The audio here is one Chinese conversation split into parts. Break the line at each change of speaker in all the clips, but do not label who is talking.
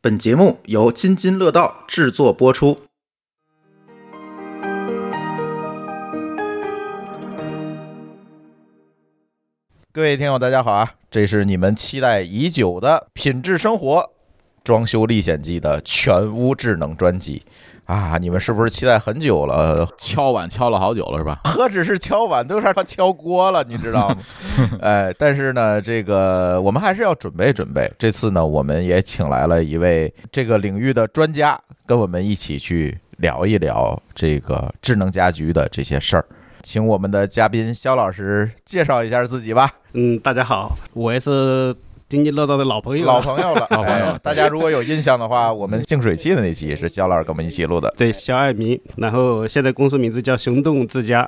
本节目由津津乐道制作播出。各位听友，大家好啊！这是你们期待已久的《品质生活装修历险记》的全屋智能专辑啊！你们是不是期待很久了？
敲碗敲了好久了是吧？
何止是敲碗，都差敲锅了，你知道吗？哎，但是呢，这个我们还是要准备准备。这次呢，我们也请来了一位这个领域的专家，跟我们一起去聊一聊这个智能家居的这些事儿。请我们的嘉宾肖老师介绍一下自己吧，
嗯，大家好，我也是津津乐道的老朋友，啊
老朋友了，
老朋友了
哎大家如果有印象的话，我们净水器的那期是肖老师跟我们一起录的。
对小爱迷。然后现在公司名字叫熊动之家，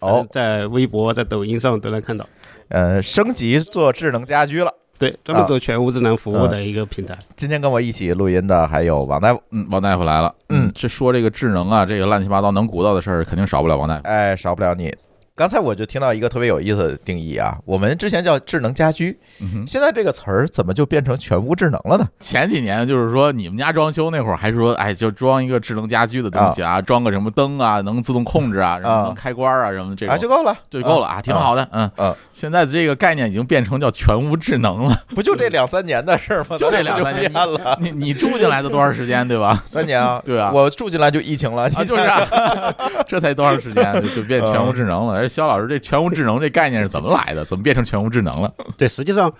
嗯
哦，
在微博、在抖音上都能看到。
呃，升级做智能家居了。
对，专门做全屋智能服务的一个平台。
今天跟我一起录音的还有王大夫，
嗯，王大夫来了。
嗯
这说这个智能啊，这个乱七八糟能鼓捣的事儿，肯定少不了王大夫。
哎，少不了你。刚才我就听到一个特别有意思的定义啊，我们之前叫智能家居，
嗯
现在这个词儿怎么就变成全屋智能了呢？
前几年就是说你们家装修那会儿，还说哎，就装一个智能家居的东西啊，装个什么灯啊，能自动控制啊，什么能开关啊，什么这
啊，
种
就够了，
就够了啊，挺好的。嗯
嗯，
现在这个概念已经变成叫全屋智能 了。
不就这两三年的事儿吗？
就这两三
咱
年
们就变 了
你你住进来的多长时间，对 吧？
三年啊，
对啊
我住进来就疫情了，
啊，就是啊， 这才多长时间就就变全屋智能了？而哎肖老师，这全屋智能这概念是怎么来的？怎么变成全屋智能了？
对，实际上，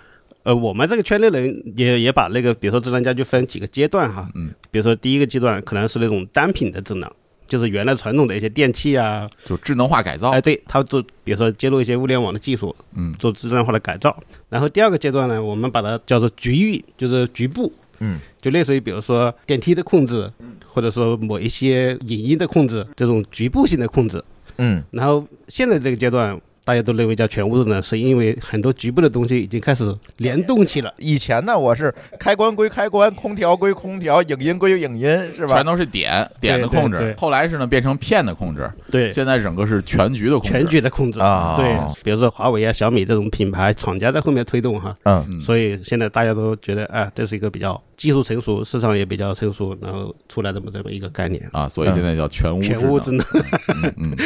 呃，我们这个圈内人也也把那个，比如说智能家居分几个阶段哈。
嗯。
比如说第一个阶段可能是那种单品的智能，就是原来传统的一些电器啊，
就智能化改造
哎，。对，它做，比如说接入一些物联网的技术，
哦嗯
做智能化的改造。然后第二个阶段呢，我们把它叫做局域，就是局部，
嗯，
就类似于比如说电梯的控制，或者说某一些影音的控制，这种局部性的控制。
嗯，
然后现在这个阶段。大家都认为叫全屋智能，是因为很多局部的东西已经开始联动起来。
以前呢，我是开关归开关，空调归空调，影音归影音，是吧
全？都是点点的
对
控
对
制，
对
后来是呢变成片的控制，
对
现在整个是全局的控制。
全局的控制
啊
对，比如说华为啊、小米这种品牌厂家在后面推动哈，
嗯
嗯
所以现在大家都觉得，啊，这是一个比较技术成熟、市场也比较成熟，然后出来这么这么一个概念。
啊，所以现在叫全屋
全屋智
智能。
能，
嗯，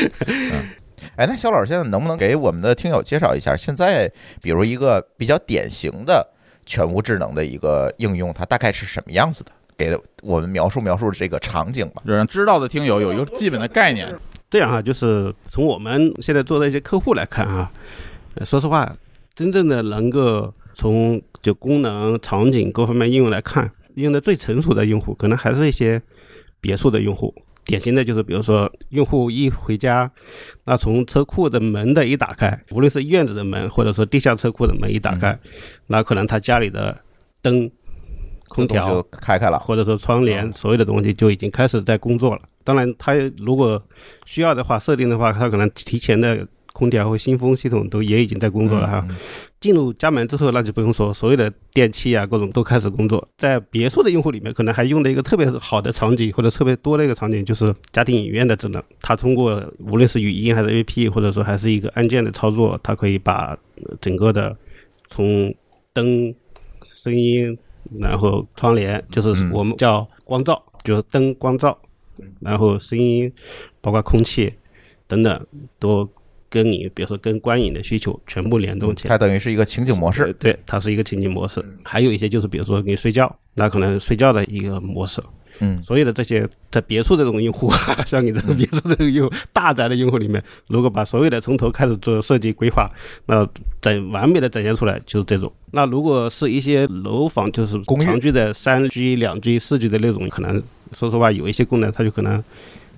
哎，那肖老师现在能不能给我们的听友介绍一下，现在比如一个比较典型的全屋智能的一个应用，它大概是什么样子的？给我们描述描述这个场景吧。
就让知道的听友有一个基本的概念。
这样啊，就是从我们现在做的一些客户来看啊，呃说实话，真正的能够从就功能、场景各方面应用来看，应用的最成熟的用户，可能还是一些别墅的用户。典型的就是，比如说用户一回家，那从车库的门的一打开，无论是院子的门，或者说地下车库的门一打开，那可能他家里的灯、空
自动
调
就开开了，嗯
或者说窗帘，所有的东西就已经开始在工作了。当然，它如果需要的话，设定的话，它可能提前的空调和新风系统都也已经在工作了
嗯
哈。进入家门之后，那就不用说，所有的电器啊，各种都开始工作。在别墅的用户里面，可能还用的一个特别好的场景，或者特别多的一个场景，就是家庭影院的智能。它通过无论是语音还是 APP，或者说还是一个按键的操作，它可以把呃整个的从灯、声音，然后窗帘，就是
嗯
我们叫光照，就是灯光照，然后声音，包括空气等等，都跟你比如说跟观影的需求全部联动起来。
它等于是一个情景模式
呃。对，它是一个情景模式。还有一些就是比如说你睡觉，那可能睡觉的一个模式。
嗯
所有的这些在别墅这种用户， 像你这种别墅这种用户大宅的用户里面，如果把所有的从头开始做设计规划，那展完美的展现出来就是这种。那如果是一些楼房，就是
公寓
长居的三居、两居、四居的那种，可能说实话有一些功能它就可能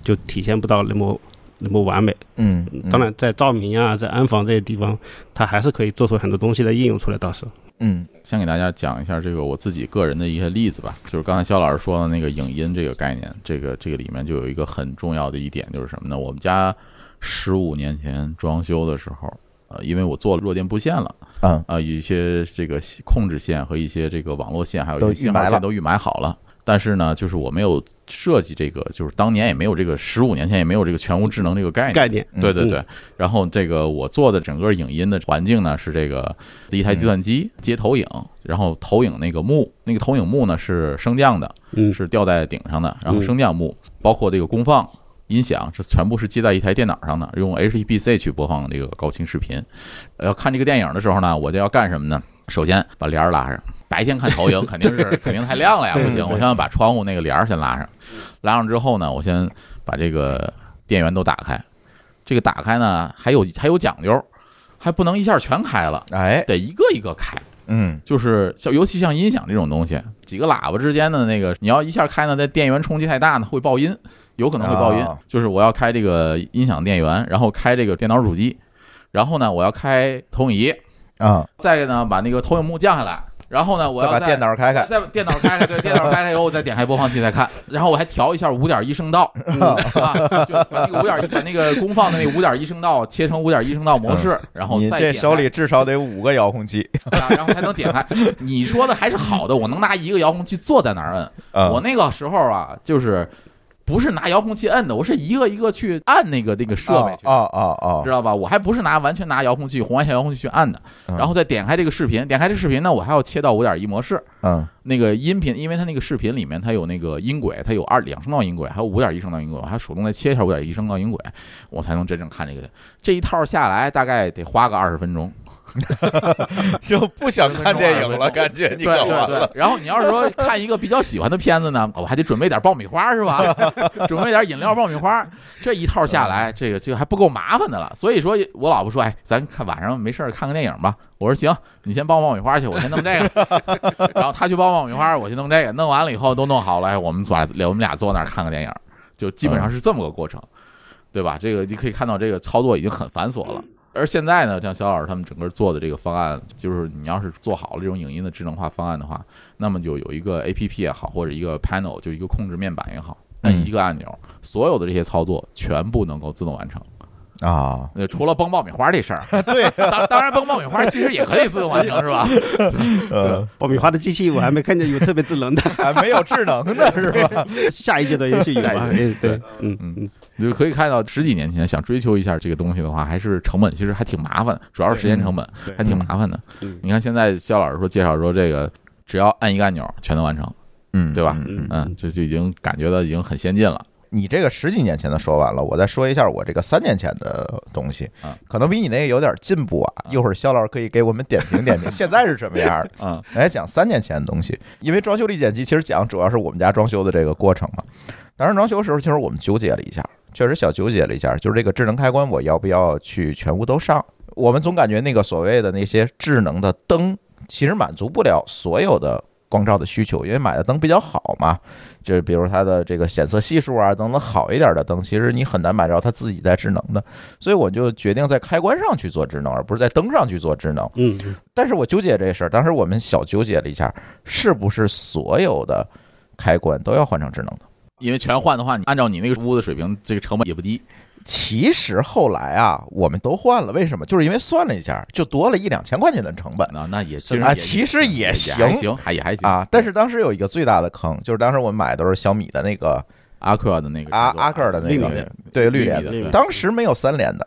就体现不到那么那么完美。
嗯，嗯
当然，在照明啊，在安防这些地方，它还是可以做出很多东西的应用出来。倒是，
嗯
先给大家讲一下这个我自己个人的一些例子吧，就是刚才肖老师说的那个影音这个概念，这个这个里面就有一个很重要的一点，就是什么呢？我们家十五年前装修的时候，呃，因为我做了弱电布线了，
嗯
啊、有一些这个控制线和一些这个网络线，还有一
都
些
预
信
埋
号
了
线都预埋好了。但是呢，就是我没有设计这个，就是当年也没有这个，十五年前也没有这个全屋智能这个
哎
概念。
概念，
嗯对对对，然后这个我做的整个影音的环境呢是这个一台计算机接投影，然后投影那个幕，那个投影幕呢是升降的，
嗯，
是吊在顶上的，然后
嗯
升降幕包括这个功放、音响，是全部是接在一台电脑上的，用 HEPC 去播放这个高清视频。呃要看这个电影的时候呢，我就要干什么呢？首先把帘儿拉上，白天看 投影肯定是肯定太亮了呀，
对
不
对
行，
对嗯
我先把窗户那个帘儿先拉上，拉上之后呢，我先把这个电源都打开。这个打开呢，还有还有讲究，还不能一下全开了，
哎，
得一个一个开。
嗯
就是像尤其像音响这种东西，几个喇叭之间的那个，你要一下开呢，那电源冲击太大呢，会爆音，有可能会爆音
啊。
就是我要开这个音响电源，然后开这个电脑主机，然后呢，我要开投影仪，
啊，
再呢把那个投影幕降下来，然后呢，我
再
要
把
再
电脑开开，
再把电脑开开， 对，电脑开开以后，我再点开播放器再看，然后我还调一下五点一声道，啊，就把那个五点把那个功放的那五点一声道切成五点一声道模式，然后
嗯你
再
这
点
手
开
里至少得五个遥控器
啊，然后才能点开。你说的还是好的，我能拿一个遥控器坐在那儿摁。
啊
我那个时候啊，就是不是拿遥控器摁的，我是一个一个去按那个那个设备去。
哦哦哦
知道吧？我还不是拿完全拿遥控器红外线遥控器去按的，
嗯
然后再点开这个视频，点开这视频呢，我还要切到五点一模式。
哦，嗯
那个音频，因为它那个视频里面它有那个音轨，它有二两声道音轨，还有五点一声道音轨，我还手动再切一下五点一声道音轨，我才能真正看这个。这一套下来大概得花个二十分钟。
就不想看电影了，感觉你搞
对
完
对
了，
对。然后你要是说看一个比较喜欢的片子呢，我 哦还得准备点爆米花是吧？ 准备点饮料、爆米花，这一套下来，这个这个还不够麻烦的了。所以说我老婆说，哎，咱看晚上没事儿看个电影吧。我说行，你先爆爆米花去，我先弄这个。 然后她去爆爆米花，我先弄这个。弄完了以后都弄好了，哎，我们坐俩，我们俩坐那儿看个电影，就基本上是这么个过程，对吧？这个你可以看到，这个操作已经很繁琐了。而现在呢，像小老师他们整个做的这个方案，就是你要是做好了这种影音的智能化方案的话，那么就有一个 A P P 也好，或者一个 panel，就一个控制面板也好，那
嗯
一个按钮，所有的这些操作全部能够自动完成。
啊，
呃，除了崩爆米花这事 儿，对，当当然崩爆米花其实也可以自动完成， 是吧？
呃，
爆米花的机器我还没看见有特别智能的，
还没有智能的是吧？
下一阶段也许有吧，
下一
哎对，嗯
嗯
嗯，
你就可以看到十几年前想追求一下这个东西的话，还是成本其实还挺麻烦，主要是时间成本
对
还挺麻烦的。
嗯
你看现在肖老师说介绍说这个，只要按一个按钮全能完成，
嗯
对吧
嗯，
嗯，这就已经感觉到已经很先进了。
你这个十几年前的说完了，我再说一下我这个三年前的东西
啊，
可能比你那个有点进步啊。一会儿肖老师可以给我们点评点评，现在是什么样的？
嗯
来讲三年前的东西，因为装修历险记其实讲主要是我们家装修的这个过程嘛。当时装修的时候，其实我们纠结了一下，确实小纠结了一下，就是这个智能开关我要不要去全屋都上？我们总感觉那个所谓的那些智能的灯，其实满足不了所有的光照的需求，因为买的灯比较好嘛，就是比如它的这个显色系数啊等等好一点的灯，其实你很难买着它自己带智能的，所以我就决定在开关上去做智能，而不是在灯上去做智能。
嗯嗯
但是我纠结这事儿，当时我们小纠结了一下，是不是所有的开关都要换成智能的？
因为全换的话，你按照你那个屋子水平，这个成本也不低。
其实后来啊，我们都换了，为什么？就是因为算了一下，就多了一两千块钱的成本
那那也其实
啊
也
其实也
也
行
还行，还也还行
啊。但是当时有一个最大的坑，就是当时我们买的都是小米的那个啊
阿克的那个
阿阿克尔的那
绿米
个
的，
对绿联
的
的，
绿米
对
当时没有三联的。
哦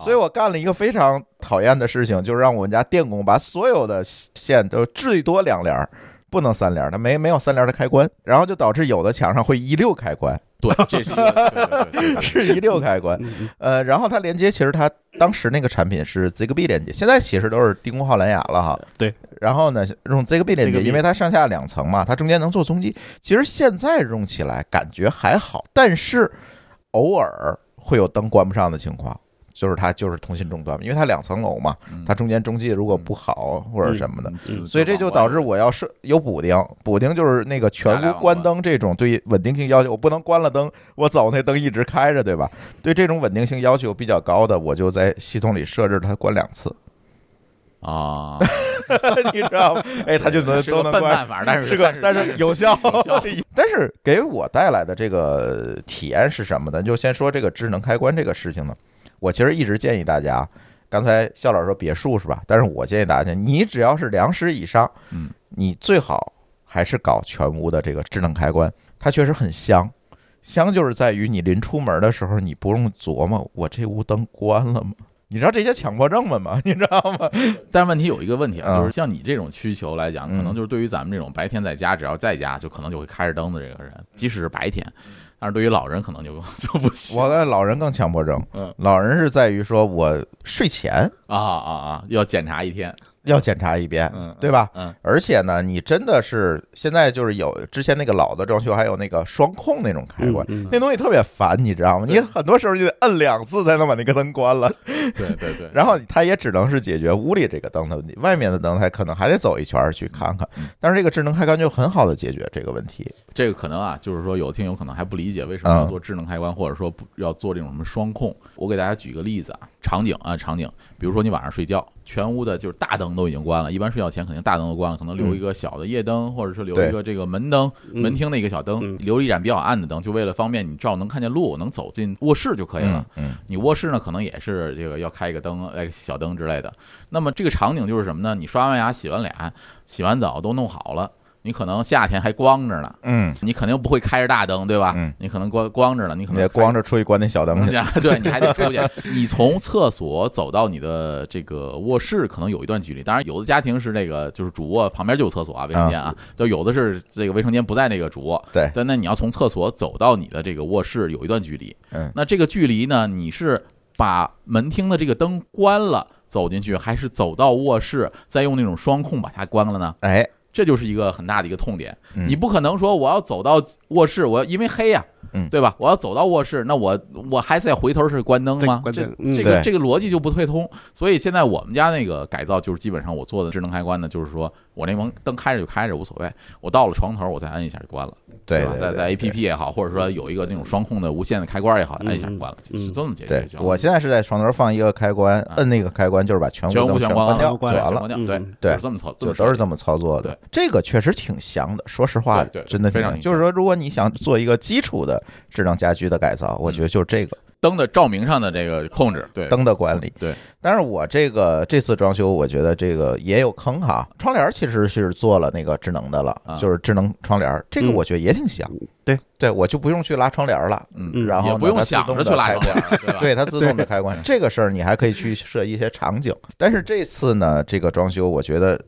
所以我干了一个非常讨厌的事情，就是让我们家电工把所有的线都最多两联儿，不能三联儿，它没没有三联儿的开关，然后就导致有的墙上会一溜开关，
对，这是一个对对对对对
是一溜开关。
嗯
呃，然后它连接，其实它当时那个产品是 Zigbee 连接，现在其实都是低功耗蓝牙了哈。
对。
然后呢，用 Zigbee 连接，
Zigbee
因为它上下两层嘛，它中间能做中继。其实现在用起来感觉还好，但是偶尔会有灯关不上的情况。就是它就是通信终端，因为它两层楼嘛，
嗯
它中间中继如果不好或者什么的，
嗯
所以这就导致我要是有补丁，补丁就是那个全屋关灯这种对稳定性要求，我不能关了灯，我走那灯一直开着，对吧？对这种稳定性要求比较高的，我就在系统里设置它关两次，
啊，
你知道吗？哎，它就能
是
都
个
能
笨
关
办，法，但是
是个但是有效
有效。
但是给我带来的这个体验是什么呢？就先说这个智能开关这个事情呢，我其实一直建议大家，刚才肖老师说别墅是吧？但是我建议大家，你只要是两室以上，
嗯，
你最好还是搞全屋的这个智能开关，它确实很香。香就是在于你临出门的时候，你不用琢磨我这屋灯关了吗？你知道这些强迫症们吗？ 你知道 吗？
但问题有一个问题啊，
嗯
就是像你这种需求来讲，可能就是对于咱们这种白天在家，只要在家就可能就会开着灯的这个人，即使是白天，但是对于老人可能就就不行
我的老人更强迫症
嗯，
老人是在于说我睡前
啊啊啊！要检查一天，
要检查一遍，
嗯，
对吧？
嗯，
而且呢，你真的是现在就是有之前那个老的装修，还有那个双控那种开关，
嗯嗯
那东西特别烦，你知道吗？
对
你很多时候你得摁两次才能把那个灯关了，
嗯对对对。
然后它也只能是解决屋里这个灯的问题，外面的灯它可能还得走一圈儿去看看。但是这个智能开关就很好的解决这个问题。
这个可能啊，就是说有听友可能还不理解为什么要
嗯
做智能开关，或者说不要做这种什么双控。我给大家举个例子啊，场景啊场景，比如说你晚上睡觉，全屋的就是大灯都已经关了，一般睡觉前肯定大灯都关了，可
嗯
能留一个小的夜灯，或者是留一个这个门灯，
嗯
门厅的一个小灯，
嗯
留一盏比较暗的灯，就为了方便你照能看见路，能走进卧室就可以了。
嗯，
你卧室呢，可能也是这个要开一个灯，哎，小灯之类的。那么这个场景就是什么呢？你刷完牙、洗完脸、洗完澡都弄好了，你可能夏天还光着呢，
嗯
你肯定不会开着大灯，对吧？
嗯
你可能光光着了，你可
嗯，
能
你得光着出去关那小灯
还。
去。
对，你还得出去。你从厕所走到你的这个卧室，可能有一段距离。当然，有的家庭是这个，就是主卧旁边就有厕所啊，卫生间啊。就有的是这个卫生间不在那个主卧，
对
但那你要从厕所走到你的这个卧室有一段距离。
嗯
那这个距离呢，你是把门厅的这个灯关了走进去，还是走到卧室再用那种双控把它关了呢？
哎，
这就是一个很大的一个痛点。
嗯
你不可能说我要走到卧室，我要因为黑呀、
嗯
对吧？我要走到卧室，那我我还得回头是关灯吗
对？关
这
灯嗯
这
对
个这个逻辑就不对通。所以现在我们家那个改造就是基本上我做的智能开关呢，就是说我那门灯开着就开着无所谓，我到了床头我再按一下就关了，
对
吧？
对
在
对
在
对
A P P 也好，或者说有一个那种双控的无线的开关也好，
嗯
按一下就关了，就
嗯
就这么解决
对
就，行了。
我现在是在床头放一个开关，
啊
摁那个开关就是把全
全
屋
屋
灯
全
全
关
关
了
掉，
全部
完
关了
了。
关掉，对
嗯
就
对
是这么操，
就
这
都
么
是
设计
这么操作的
对。
这个确实挺香的，说实话，
对对
真的挺
非常
香。
挺
就是说，如果你想做一个基础的智能家居的改造，我觉得就是这个
灯的照明上的这个控制，嗯对，
灯的管理。
对，
但是我这个这次装修，我觉得这个也有坑哈。窗帘其实是做了那个智能的了
啊，
就是智能窗帘，这个
嗯
我觉得也挺香。
对
对，我就不用去拉窗帘了，
嗯，
然后
也
呢
不用
它自
想
动
着去
地
拉
开
窗帘了，对吧？
对它自动的开关
对，
这个事儿你还可以去设一些场景。但是这次呢，这个装修我觉得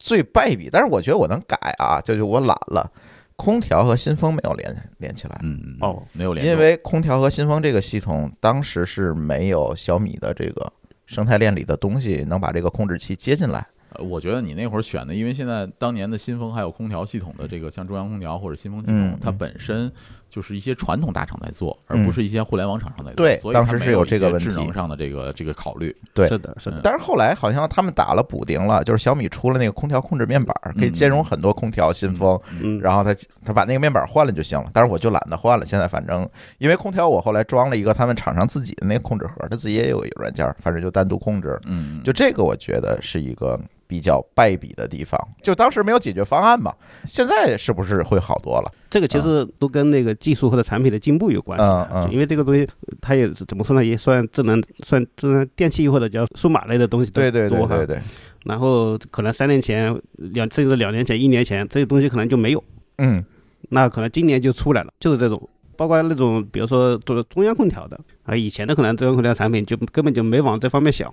最败笔，但是我觉得我能改啊，就是我懒了。空调和新风没有连连起来，
嗯，嗯
哦，
没有联系，
因为空调和新风这个系统当时是没有小米的这个生态链里的东西能把这个控制器接进来。
呃我觉得你那会儿选的，因为现在当年的新风还有空调系统的这个，像中央空调或者新风系统，
嗯
它
嗯
本身就是一些传统大厂在做，而
嗯
不是一些互联网厂商在做。
对
所以
当
它
时
没
是
有
有
一
这个
些
问
智能
题
上的这个这个考虑。
对
是的，是的，
但是后来好像他们打了补丁了，就是小米出了那个空调控制面板儿，可以兼
嗯
容很多空调、新风，
嗯，
然后他他把那个面板换了就行了。但是我就懒得换了，现在反正因为空调我后来装了一个他们厂商自己的那个控制盒，它自己也有一个软件儿，反正就单独控制。
嗯，
就这个我觉得是一个比较败笔的地方，就当时没有解决方案嘛，现在是不是会好多了？
这个其实都跟那个技术或者产品的进步有关系啊。
嗯嗯
就因为这个东西，呃它也是怎么说呢，也算智能，算智能电器或者叫数码类的东西都
对对对
多哈
对对，
然后可能三年前、两甚至两年前、一年前，这些东西可能就没有，
嗯
那可能今年就出来了，就是这种。包括那种，比如说做中央空调的啊，以前的可能中央空调产品就根本就没往这方面想。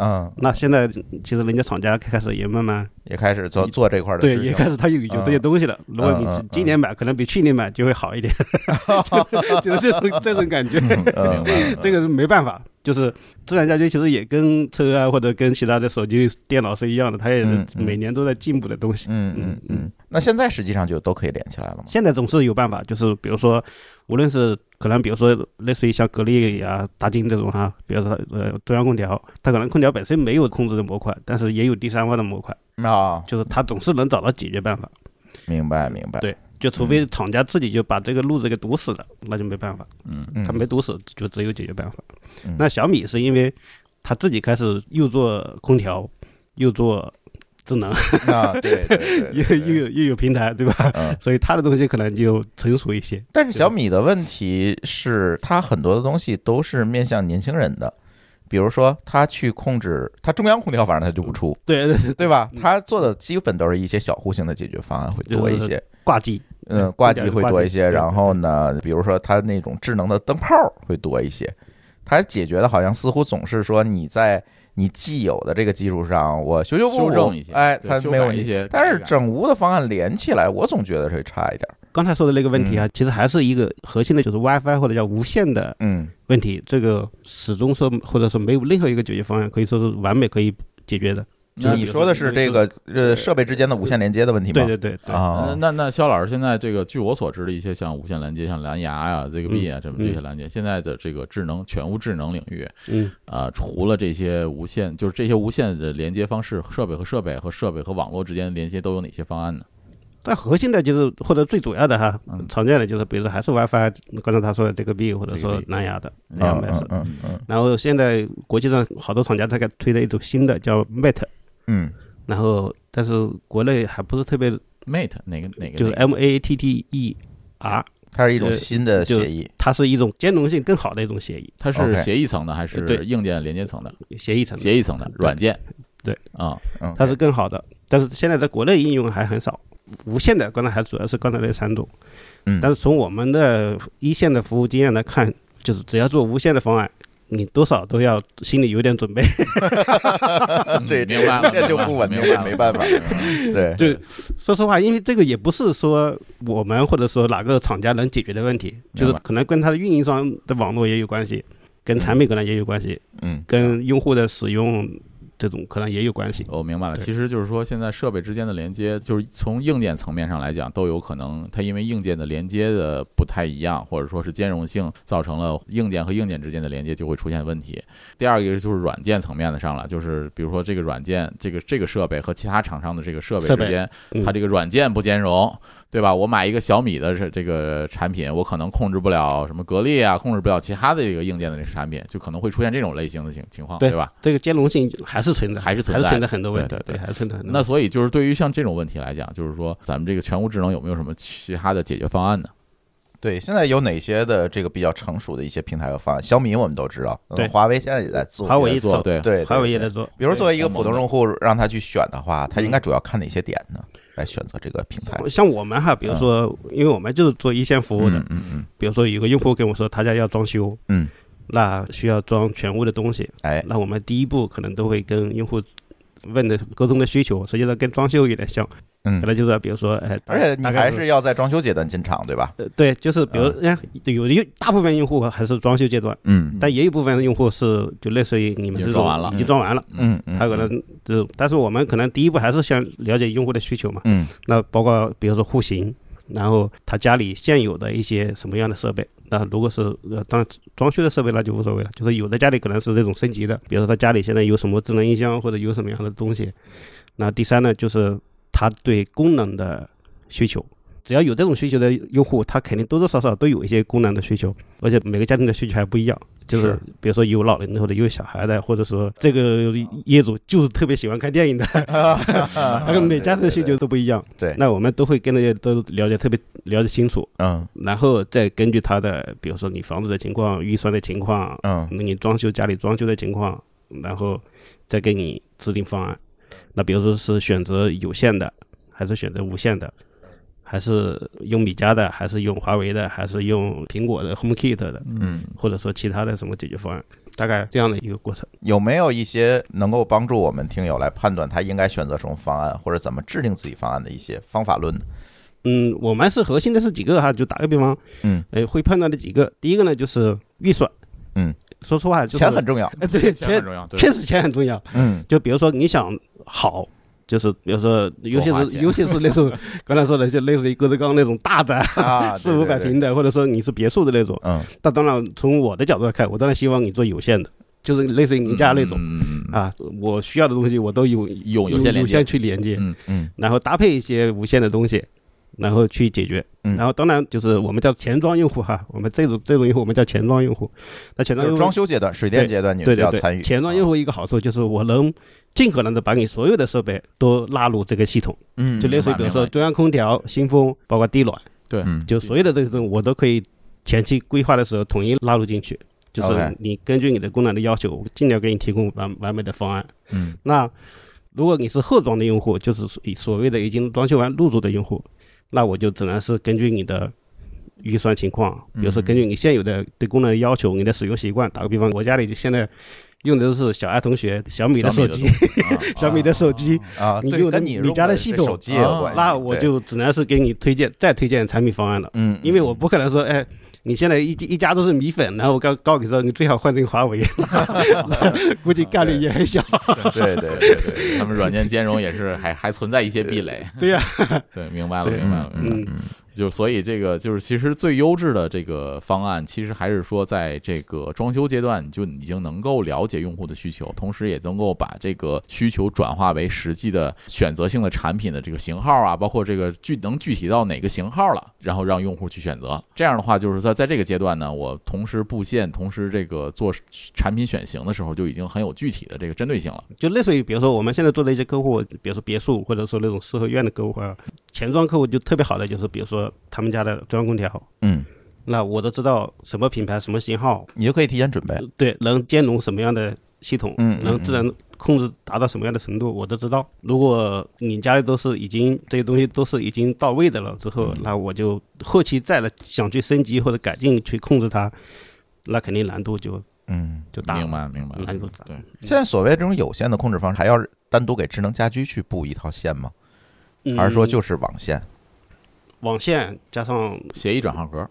嗯，
那现在其实人家厂家开始也慢慢啊
也开始做做这块的
嗯对，
事
也
情，
开始它有有这些东西了。如果你
嗯嗯
今年买，可能比去年买就会好一点， 就是这种这种感觉。
明
嗯
白了。
这个是没办法，就是自然家居其实也跟车啊或者跟其他的手机、电脑是一样的，它也
嗯
是
嗯
每年都在进步的东西。
嗯嗯嗯。那现在实际上就都可以连起来了嘛？
现在总是有办法，就是比如说，无论是可能比如说类似于像格力啊、达金这种哈、比如说呃中央空调，它可能空调本身没有控制的模块，但是也有第三方的模块，
啊，
就是它总是能找到解决办法。
明白明白。
对就除非厂家自己就把这个路子给堵死了，那就没办法。
嗯
他没堵死，就只有解决办法
嗯。
那小米是因为他自己开始又做空调，又做智能，
啊，对对对
又
对对
又有又有平台，对吧？
嗯
所以他的东西可能就成熟一些。
但是小米的问题是，它很多的东西都是面向年轻人的，比如说它去控制它中央空调，反正它就不出，
对对对，
对吧？
嗯
它做的基本都是一些小户型的解决方案会多一些，
挂机，
嗯，
对
挂机会多一些。
对对对
然后呢，比如说它那种智能的灯泡会多一些。它解决的好像似乎总是说你在你既有的这个基础上，我修修补补
修正一些，
哎，
对
它
修
没有
改
问
一
题。
些改
但
改，
是整屋的方案连起来，我总觉得会差一点儿。
刚才说的那个问题啊，其实还是一个核心的，就是 WiFi 或者叫无线的
嗯
问题，这个始终说或者说没有任何一个解决方案可以说是完美可以解决的。
那
嗯你说的是这个呃设备之间的无线连接的问题
对
吗？
对对对，
啊
呃，那那肖老师现在这个，据我所知的一些像无线连接、像蓝牙呀、ZigBee
嗯
啊，这么这些连接，现在的这个智能全屋智能领域，
嗯，
啊，除了这些无线，就是这些无线的连接方式，设备和设备和设备和网络之间的连接都有哪些方案呢？
但核心的就是或者最主要的哈
嗯，
常见的就是比如说还是 WiFi，刚才他说的这个 B 或者说
ZigBee
蓝牙的
嗯
两百
嗯
是。
嗯嗯
然后现在国际上好多厂家在给推的一种新的叫 Mate，
嗯，
然后但是国内还不是特别，
Mate 哪个哪个？
就是 M A T T E R，
它是一种
呃
新的
就
协议。
它是一种兼容性更好的一种协议，
它是
OK
协议层的还是
哦对
硬件连接层的？
协议层面
协议层的软件。
对
啊，
嗯，
它是更好的，但是现在在国内应用还很少。无线的，刚才还主要是刚才那三种，
嗯
但是从我们的一线的服务经验来看，就是只要做无线的方案，你多少都要心里有点 准备，
对
嗯明白了，
这就不稳定
明白了
没 办法
明白了明白了
对，
就说实话，因为这个也不是说我们或者说哪个厂家能解决的问题，
白嗯
就是可能跟它的运营商的网络也有关系，跟产品可能也有关系，
嗯
跟用户的使用这种可能也有关系。
我哦明白了，
对
其实就是说，现在设备之间的连接，就是从硬件层面上来讲，都有可能它因为硬件的连接的不太一样，或者说是兼容性，造成了硬件和硬件之间的连接就会出现问题。第二个就是软件层面的上了，就是比如说这个软件，这个这个设备和其他厂商的这个设备
设备
之间，
嗯
它这个软件不兼容，对吧？我买一个小米的这这个产品，我可能控制不了什么格力啊，控制不了其他的这个硬件的这个产品，就可能会出现这种类型的情情况，
对
对吧？
这个兼容性还是存在，
还是存
还
在
是存在很多问题，
对对对
还是存在很多。
那所以就是对于像这种问题来讲，就是说咱们这个全屋智能有没有什么其他的解决方案呢？
对，现在有哪些的这个比较成熟的一些平台和方案？小米我们都知道，嗯
对
华为现在也在做，
华为
也在做
走
对
对，对
华为也
对
在做。
比如作为一个
对
普通用户，让他去选的话，他应
嗯
该主要看哪些点呢？来选择这个平台？
像我们哈，比如说，因为我们就是做一线服务的，
嗯嗯
比如说有个用户跟我说他家要装修，
嗯，
那需要装全屋的东西，
哎，
那我们第一步可能都会跟用户问的沟通的需求，实际上跟装修有点像，
嗯
可能就是比如说，哎，
而且你
大
还
概
是要在装修阶段进场，对吧？
呃对，就是比如哎有的大部分用户还是装修阶段，
啊嗯
但也有部分用户是就类似于你们
已经
这
装完了
种已经装完了，
嗯，嗯
他可能就，但是我们可能第一步还是先了解用户的需求嘛，
嗯
那包括比如说户型，然后他家里现有的一些什么样的设备。那如果是呃装装修的设备，那就无所谓了。就是有的家里可能是这种升级的，比如说他家里现在有什么智能音箱或者有什么样的东西。那第三呢，就是他对功能的需求。只要有这种需求的用户，他肯定多多少少都有一些功能的需求，而且每个家庭的需求还不一样。就是
是
比如说有老人的或者有小孩的，或者说这个业主就是特别喜欢看电影的，
嗯
那个每家的需求都不一样。
啊对，
那我们都会跟那些都了解特别了解清楚，
嗯
然后再根据他的，比如说你房子的情况、预算的情况，
嗯
那你装修家里装修的情况，然后再给你制定方案。那比如说是选择有线的，还是选择无线的，还是用米家的，还是用华为的，还是用苹果的 HomeKit 的，
嗯，
或者说其他的什么解决方案，大概这样的一个过程。
有没有一些能够帮助我们听友来判断他应该选择什么方案，或者怎么制定自己方案的一些方法论呢？
嗯，我们是核心的是几个哈，就打个比方，
嗯，
呃，会碰到的几个，第一个呢就是预算，
嗯，
说实话就是
钱很重要。
哎 对，钱
重要，
确实钱很重要，
嗯
就比如说你想好。就是比如说，尤
花
其是
钱
尤其是那种刚才说的，就类似于郭德纲那种大宅，
啊，
四五
对对
百
对
平的，或者说你是别墅的那种。
嗯
那当然，从我的角度来看，我当然希望你做有限的，就是类似于您家那种
嗯嗯嗯
啊，我需要的东西我都有
用有线连
有
接
线，去连接。
嗯
嗯
然后搭配一些无线的东西，然后去解决。
嗯
然后当然就是我们叫前装用户哈，我们这种这种用户我们叫前装用户。那前
就
装用
是
户
装修阶段、水电阶段，你
对
们就要
对对，
参与。
前装用户一个好处就是我能尽可能的把你所有的设备都纳入这个系统，
嗯，
就类似
明
于
白
比如说
明白
中央空调、新风，包括地暖，
对，
嗯
就所有的这种我都可以前期规划的时候统一纳入进去。就
OK
是你根据你的工厂的要求，我尽量给你提供完完美的方案。
嗯，
那如果你是后装的用户，就是所所谓的已经装修完入驻的用户，那我就只能是根据你的预算情况，比如说根据你现有的对功能的要求、你的使用习惯。打个比方，我家里就现在用的都是小爱同学小米的手机， 小米的手机，
啊，
你
对
用的
跟你
你
用
家的
的
系
这
统
手机也有
啊
关系，
那我
对
就只能是给你推荐再推荐产品方案了。
嗯，
因为我不可能说，哎，你现在一一家都是米粉，然后我告告诉你说，你最好换成 华为，估计概率也很小。
对对对对对，
他们软件兼容也是还还存在一些壁垒。
对呀、
对，明白了，
对嗯
明白了，明白了。就所以这个就是，其实最优质的这个方案，其实还是说，在这个装修阶段，你就已经能够了解用户的需求，同时也能够把这个需求转化为实际的选择性的产品的这个型号啊，包括这个具能具体到哪个型号了，然后让用户去选择。这样的话，就是在在这个阶段呢，我同时布线，同时这个做产品选型的时候，就已经很有具体的这个针对性了。
就类似于比如说我们现在做的一些客户，比如说别墅或者说那种四合院的客户啊，前装客户就特别好的就是比如说他们家的中央空调，
嗯，
那我都知道什么品牌、什么型号，
你就可以提前准 备，嗯
对，能兼容什么样的系统，
嗯嗯
能智能控制达到什么样的程度，我都知道。如果你家里都是已经这些东西都是已经到位的了之后，那我就后期再来想去升级或者改进去控制它，那肯定难度就
嗯。
就大了，
明白，明白了。
难度大。
对，
现在所谓这种有线的控制方式，还要单独给智能家居去布一套线吗？还是说
嗯
就是网线？
网线加上
协议转换盒，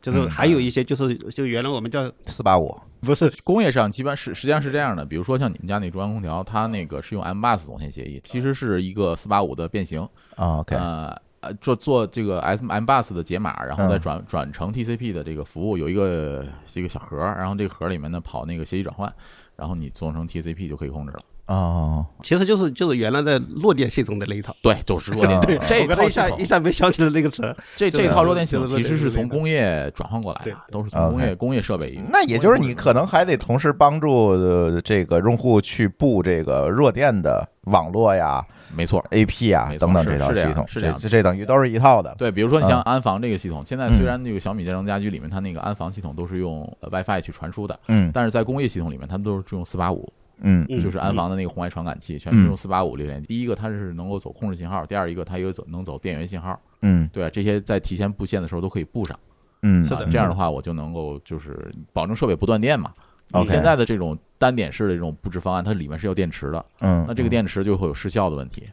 就是
嗯
还有一些就是就原来我们叫
四八五
不是
工业上基本是实际上是这样的，比如说像你们家那中央空调，它那个是用 M bus 总线协议，其实是一个四八五的变形，
啊，OK，
呃呃，做做这个 S M bus 的解码，然后
嗯
再转转成 TCP 的这个服务，有一个是一个小盒儿，然后这个盒儿里面呢跑那个协议转换，然后你做成 TCP 就可以控制了。
哦，
其实就是就是原来的弱电系统的那一套。
对，就是弱电系统，这
我刚才
套
一
系
下
统
一下没想起来那个词儿，
这
就
这套弱电系
是
统其实是从
对对对
工业转换过来的
对，
都是从工业
OK
工业设备。
那也就是你可能还得同时帮助呃这个用户去布这个弱电的网络呀、
没错，
AP 啊
没错
等等
是
这套
是这样
系统，
是这样
这这等于都是一套的。
对，比如说你像
嗯
安防这个系统，现在虽然那个小米智能家居里面它那个安防系统都是用呃 WiFi 去传输的，
嗯
但是在工业系统里面，它们都是用四八五，
嗯
嗯
就是安防的那个红外传感器，全是用四八五六连。第一个它是能够走控制信号，第二一个它有走能走电源信号，
嗯
对、这些在提前布线的时候都可以布上。
嗯，
是的
啊这样的话我就能够就是保证设备不断电嘛。你
OK
现在的这种单点式的这种布置方案，它里面是有电池的，
嗯，
那这个电池就会有失效的问题。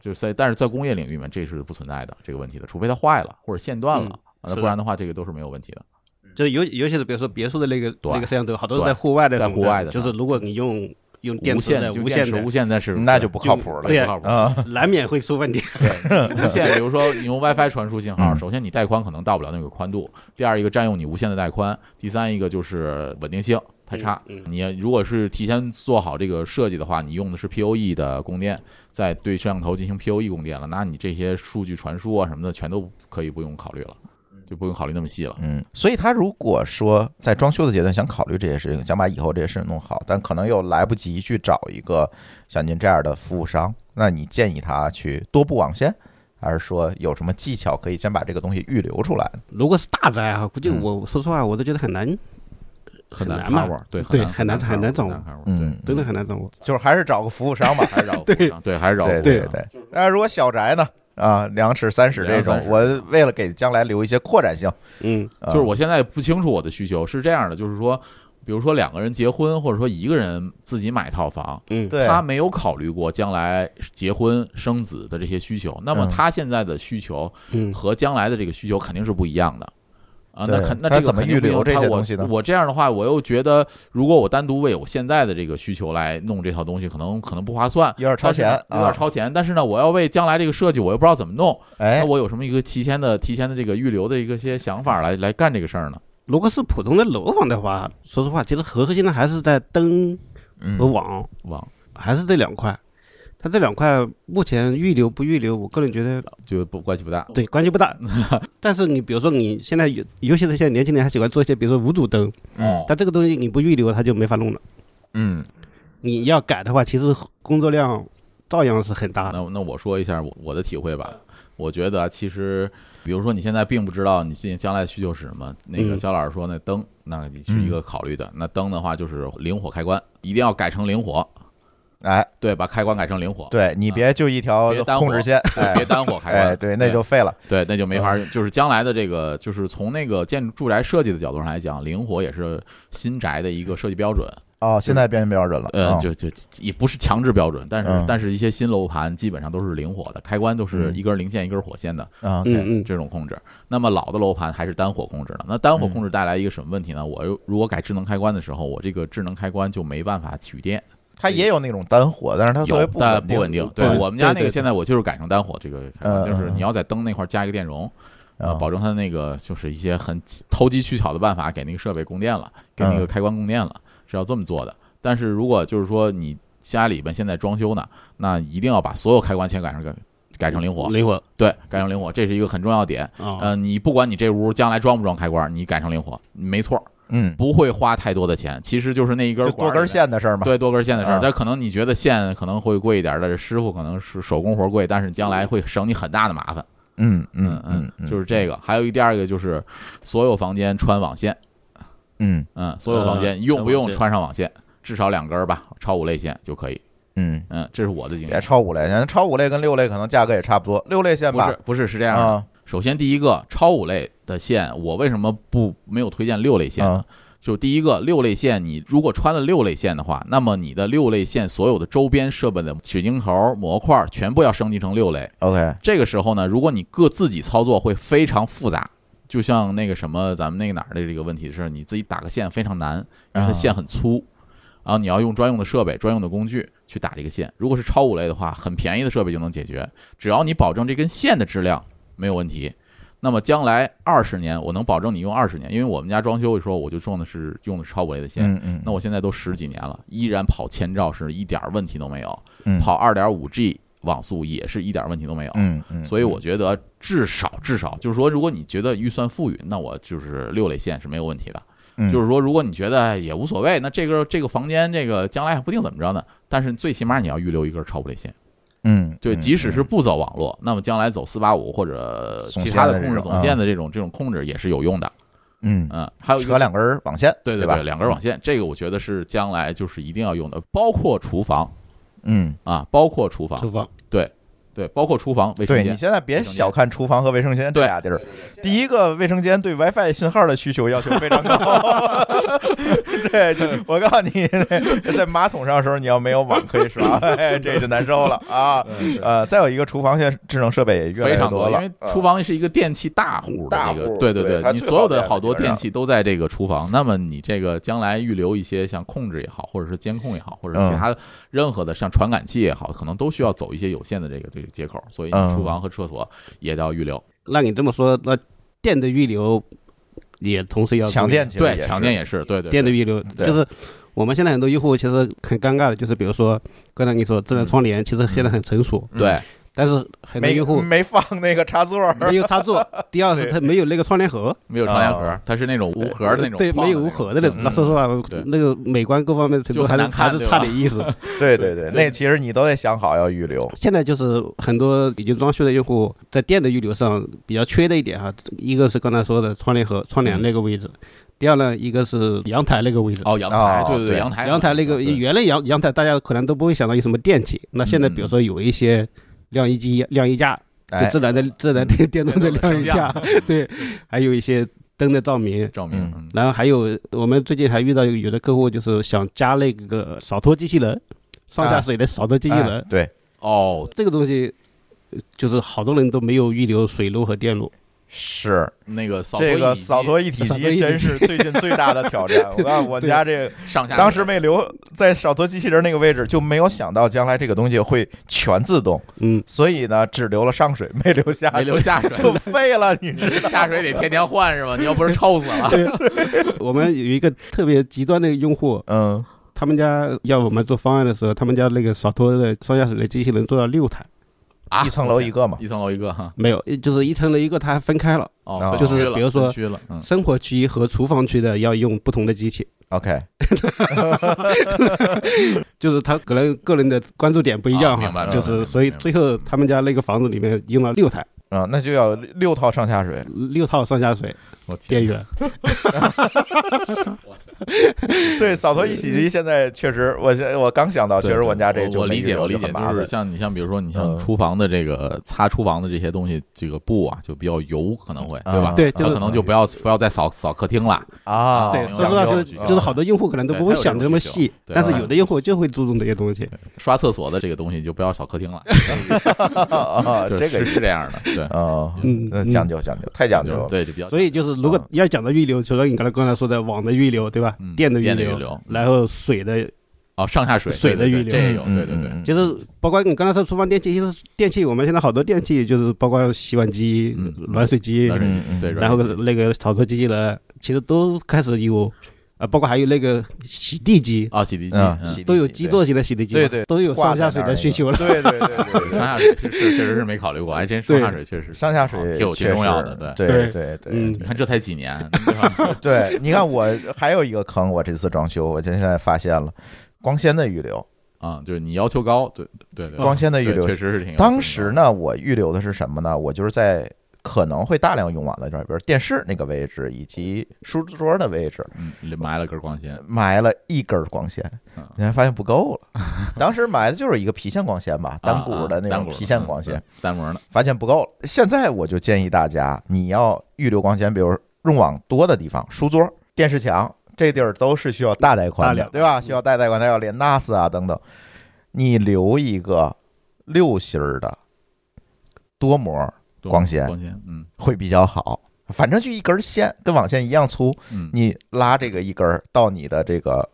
就是在但是在工业领域里面，这是不存在的这个问题的，除非它坏了或者线断了
嗯，
啊
是
那
的
不然的话，这个都是没有问题的。
就尤尤其是比如说别墅的那个
对
那个摄像头，好多是
对
在户外的什么，
在户外的
就是如果你用用电
无
池
线
的
就
无
电
线
池
的，
无线那是
那就不靠谱了
对呀
不靠谱
啊，
难免会出问题。
对，无线，比如说你用 WiFi 传输信号，
嗯
首先你带宽可能到不了那个宽度，第二一个占用你无线的带宽，第三一个就是稳定性太差。
嗯
你如果是提前做好这个设计的话，你用的是 POE 的供电，在对摄像头进行 POE 供电了，那你这些数据传输啊什么的全都可以不用考虑了，
嗯
就不用考虑那么细了。
嗯，所以他如果说在装修的阶段想考虑这些事情，想把以后这些事情弄好，但可能又来不及去找一个像您这样的服务商，那你建议他去多布网线，还是说有什么技巧可以先把这个东西预留出来呢？
如果是大灾啊，估计
嗯
我说实话，我都觉得很难，
很
难
难
嘛
cover，对
对
很
很难很难
掌
掌
握。
握，
嗯，
真的很难掌握。
就是还是找个服务商吧
还是找个服务商对，还是 找个
对
服务
对
商
对。那如果小宅呢？啊，两尺三尺这
两
种
尺三，尺
我为了给将来留一些扩展性，
嗯，
啊
就是我现在不清楚我的需求是这样的，就是说，比如说两个人结婚，或者说一个人自己买套房，
嗯，
对
他没有考虑过将来结婚生子的这些需求，那么
嗯
他现在的需求
嗯，
和将来的这个需求肯定是不一样的。啊，那
对
肯那
他
这个
怎么
肯定
预
不一样
留这
他
些
我
东西呢
我这样的话，我又觉得，如果我单独为我现在的这个需求来弄这套东西，可能可能不划算，
有点超前
但是呢有点
啊
超前。但是呢，我要为将来这个设计，我又不知道怎么弄，那
哎，
我有什么一个提前的、提前的这个预留的一个些想法来来干这个事儿呢？
如果是普通的楼房的话，说实话，其实核心的还是在灯和
嗯
网，
网
还是这两块。它这两块目前预留不预留，我个人觉得
就不关系不大。
对关系 不大。但是你比如说你现在有，尤其是现在年轻人还喜欢做一些，比如说无主灯，
哦
嗯
但这个东西你不预留，它就没法弄了。
嗯，
你要改的话，其实工作量照样是很大的。
那那我说一下我我的体会吧，我觉得啊其实比如说你现在并不知道你自己将来的需求是什么，那个
嗯
肖老师说那灯，那你是一个考虑的。那灯的话就是灵活开关，一定要改成灵活，
哎，
对，把开关改成灵活，
对你别就一条
啊别单火
控制线，哎
别单火开关，
哎，对，那就废了。
对，那就没法，就是将来的这个，就是从那个建筑住宅设计的角度上来讲，灵活也是新宅的一个设计标准。
哦，现在变标准了，
呃，
嗯
就就也不是强制标准，但是、
嗯
但是一些新楼盘基本上都是灵活的，开关都是
嗯
一根零线一根火线的
嗯，OK，
嗯嗯，
这种控制。那么老的楼盘还是单火控制的。那单
嗯
火控制带来一个什么问题呢？我又如果改智能开关的时候，我这个智能开关就没办法取电，
它也有那种单火，但是它特
有
别不
但不
稳
稳定。对
对
我们家那
对
个
对
现在我就是改成单火这个开关，
嗯
就是
嗯
你要在灯那块加一个电容。
啊
呃，保证它那个就是一些很投机取巧的办法给那个设备供电了，给
嗯
那个开关供电了，是要这么做的。但是如果就是说你家里边现在装修呢，那一定要把所有开关先改成改改成灵活，
嗯
灵活
对，改成灵活，这是一个很重要的点。
啊，
呃，你不管你这屋将来装不装开关，你改成灵活，没错，
嗯，
不会花太多的钱，其实就是那一根
就
管
多
儿
根
里面
线的事儿嘛。
对，多根线的事
啊
儿。但可能你觉得线可能会贵一点儿，但是师傅可能是手工活儿贵，但是将来会省你很大的麻烦。
嗯嗯
嗯
嗯嗯，
就是是这个。还有一第二个就是，所有房间穿网线，
嗯
嗯，所有房间
呃
用不用
穿网线
穿上网线，至少两根儿吧，超五类线就可以。
嗯，
嗯，这是我的经
别
验。
超五类，咱超五类跟六类可能价格也差不多，六类线
不
吧
是，不是是这样的。
啊，
首先第一个超五类的线，我为什么不没有推荐六类线呢
啊？
就第一个六类线，你如果穿了六类线的话，那么你的六类线所有的周边设备的水晶头模块儿全部要升级成六类。
OK，
这个时候呢，如果你各自己操作会非常复杂，就像那个什么咱们那个哪儿的这个问题是，你自己打个线非常难，因
啊
为它线很粗，然后你要用专用的设备、专用的工具去打这个线。如果是超五类的话，很便宜的设备就能解决，只要你保证这根线的质量没有问题。那么将来二十年，我能保证你用二十年，因为我们家装修的时候我就用的是用的是超五类的线。
嗯嗯，
那我现在都十几年了，依然跑千兆是一点儿问题都没有，
嗯
跑二点五 G 网速也是一点儿问题都没有。
嗯嗯，
所以我觉得至少至少就是说，如果你觉得预算富裕，那我就是六类线是没有问题的。
嗯
就是说，如果你觉得哎也无所谓，那这个这个房间这个将来还不定怎么着呢。但是最起码你要预留一根超五类线，
嗯，
对，
嗯
即使是
嗯
不走网络，那么将来走四八五或者
总
其他的
线的这
控制
种
总线的这种这种控制也是有用的。
嗯
嗯，还有一
扯
个。
两根儿网线，
对
对
对
吧，
两根网线，这个我觉得是将来就是一定要用的，包括厨房
嗯，
啊，包括厨房，
厨房
对，包括厨房卫生
对你
间，
现在别小看厨房和卫生间这
对
俩地儿。第一个，卫生间对 WiFi 信号的需求要求非常高。 对，这我告诉你，在马桶上的时候，你要没有网可以刷，哎这就难受了啊。呃，再有一个，厨房现在智能设备也越来
嗯非
越
常
多了，
因为
呃
厨房是一个电器大户的
大
这个，
户
对对
对它
你
最
所
好
有的
在
好
这
多
边
电
儿
器都在这个厨房。那么你这个将来预留一些像控制也好，或者是监控也好，或者其
嗯
他任何的像传感器也好，可能都需要走一些有线的这个这个接口，所以你
嗯
厨房和厕所也要预留。
那你这么说，那电的预留也同时要注意
抢电其实
对，
也
强
是
电也是，对对
电的
对
预留，
对
就是我们现在很多用户其实很尴尬的，就是比如说刚才你说智能窗帘，其实现在很成熟，
对，
但是很多
没
用户
没放那个插座儿，
没有插 座，第二是
对
它没有那个窗帘盒，
没有窗帘盒
啊，
它是那种无盒的那种，
对，没有无
盒
盒的那种。那说实话
对，
那个美观各方面的程
就
度
很
还是
难看
还是
对吧
差点意思。
对对对，那其实你都得想好要预留。
现在就是很多已经装修的用户在电的预留上比较缺的一点哈，一个是刚才说的窗帘盒、窗帘那个位置，第二呢，一个是阳台那个位置。
哦，阳台，
哦
对对，
对
阳台，
阳台那个
对
原来阳阳台大家可能都不会想到有什么电器，那现在比如说有一些晾衣机、晾衣架，就
哎，
自然的自然的嗯电动的晾衣架，对，还有一些灯的照明，
照明
嗯，
嗯
然后还有我们最近还遇到有的客户就是想加那个扫拖机器人，上下水的扫拖机器人，
哎对，
哦，
这个东西呃就是好多人都没有预留水路和电路，
是
那个扫
这
拖
个
椅
扫拖一体
扫拖
机
一体
真是最近最大的挑战。我告诉 我们家这个。
上下
当时没留在扫拖机器人那个位置，就没有想到将来这个东西会全自动，
嗯，
所以呢，只留了上水，没留下水，
没留下水，
就废了，你知
你 下水得天天换是吧？你要不是臭死了。
我们有一个特别极端的用户，
嗯，
他们家要我们做方案的时候，他们家那个扫拖的上下水的机器人做到六台，
啊
一层楼一个嘛，
一层楼一个哈，
没有，就是一层的一个它还分开了，
啊
哦，
就是
分区了
比如说
分区了，嗯，
生活区和厨房区的要用不同的机器，
，OK，
就是他可能个人的关注点不一样
啊明白
哈，
了明
就
白
是
了
所以
明白了
最后他们家那个房子里面用了六台，
啊，那就要六套上下水，
六套上下水
我
电
天，哦
源，
哇塞
啊对，扫拖一洗涤现在确实，我现我刚想到，确
对
实
对
我家这
我
就
我
没
理解，
有
我理解，
很麻
就是
烦。
像你像比如说你像
嗯
厨房的这个擦厨房的这些东西，这个布啊就比较油，可能会对吧？
啊
对
它
就是
可能就不要不要再扫扫客厅了，
啊，
对，
明
说
白
实话是
明白
就是好多用户可能都
对
不会想的那么细，
他有这种需求对
但是有的用户就会注重这些东西。
刷厕所的这个东西就不要扫客厅了，
啊，
就是
这个
是是这样的，对，
啊，
嗯
那
嗯
讲究讲究，太讲究了。
对，就比较
所以就是如果要讲到预留，除了你刚才刚才说的网的预留，对吧
嗯？
的预
电的预留
然后水的，
哦上下水
水的
对对
预留
对这也有，
嗯
对对对，
嗯
就是包括你刚才说厨房电器，其实电器我们现在好多电器就是包括洗碗机
嗯、
暖水机，
暖水
嗯
对，
然后
软水
那个扫拖机器人，其实都开始有，啊，包括还有那个洗地机，
啊洗涤机
嗯，
嗯
洗
都有
地
基座型的洗地机嘛，
对对
都有上下水的需求了。
对对对对
上
对，
下水确实确实是没考虑过，还真上
对
下水确实 是
上下
好
水
挺有挺重要的，
确实
对。
对对对
嗯
你看这才几年，对吧
对，你看我还有一个坑，我这次装修，我现在发现了光纤的预留，
啊，就是你要求高，对对对，
光纤的预
对
留
确实是挺有。
当时，呢，我预留的是什么呢？我就是在可能会大量用网的这边，比如电视那个位置以及书桌的位置，
嗯，埋了根光纤，
埋了一根儿光纤
嗯，
你还发现不够了。当时埋的就是一个皮线光纤吧，单股
啊啊
的那
单
种
股
皮线光纤
嗯，对单模的，
发现不够了。现在我就建议大家，你要预留光纤，比如用网多的地方，书桌、电视墙这地儿都是需要大带宽
大
的
量，
对吧？
嗯
需要大带宽，它要连 NAS 啊等等。你留一个六芯儿的多模儿
对
光纤
光纤，嗯
会比较好，反正就一根线，跟网线一样粗，
嗯，
你拉这个一根儿到你的这个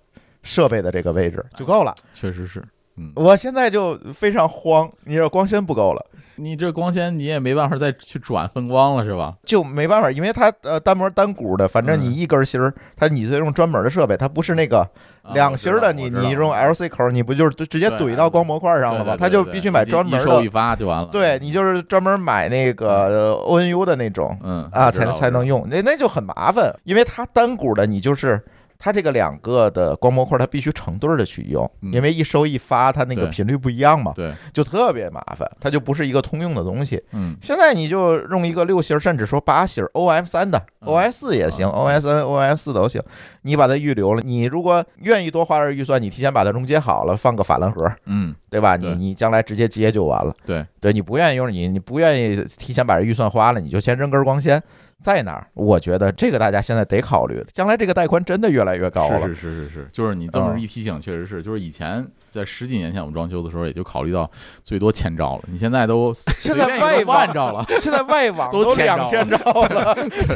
设备的这个位置就够了。
确实是，嗯，
我现在就非常慌，你这光纤不够了。
你这光纤你也没办法再去转分光了，是吧？
就没办法，因为它呃单模单股的，反正
嗯
你一根芯儿，它你得用专门的设备，它不是那个
啊
两芯儿的，你你用 LC 口儿，你不就是直接
对
怼到光模块上了吗？它就必须买专门
一收一嗯
的，
发就完了。
对你就是专门买那个 ONU 的那种
嗯
啊，才才能。用，那那就很麻烦，因为它单股的，你就是。它这个两个的光模块，它必须成对儿的去用，
嗯
因为一收一发，它那个
对
频率不一样嘛，
对，
就特别麻烦，它就不是一个通用的东西。
嗯，
现在你就用一个六芯儿，甚至说八芯儿，OF 三的、
嗯
OF 四也行、
嗯
o s 三、OF 四都行。你把它预留了，你如果愿意多花点预算，你提前把它溶解好了，放个法兰盒，
嗯，
对吧？你
对
你将来直接接就完了。
对，
对你不愿意用，你你不愿意提前把这预算花了，你就先扔根光纤在那儿。我觉得这个大家现在得考虑，将来这个带宽真的越来越高了。
是是是是是，就是你这么
嗯
一提醒，确实是，就是以前在十几年前我们装修的时候，也就考虑到最多千兆了，你现在 都
现在
随便也
外
都
网
万兆 了，
现在外网
都
都
千兆
两千兆了，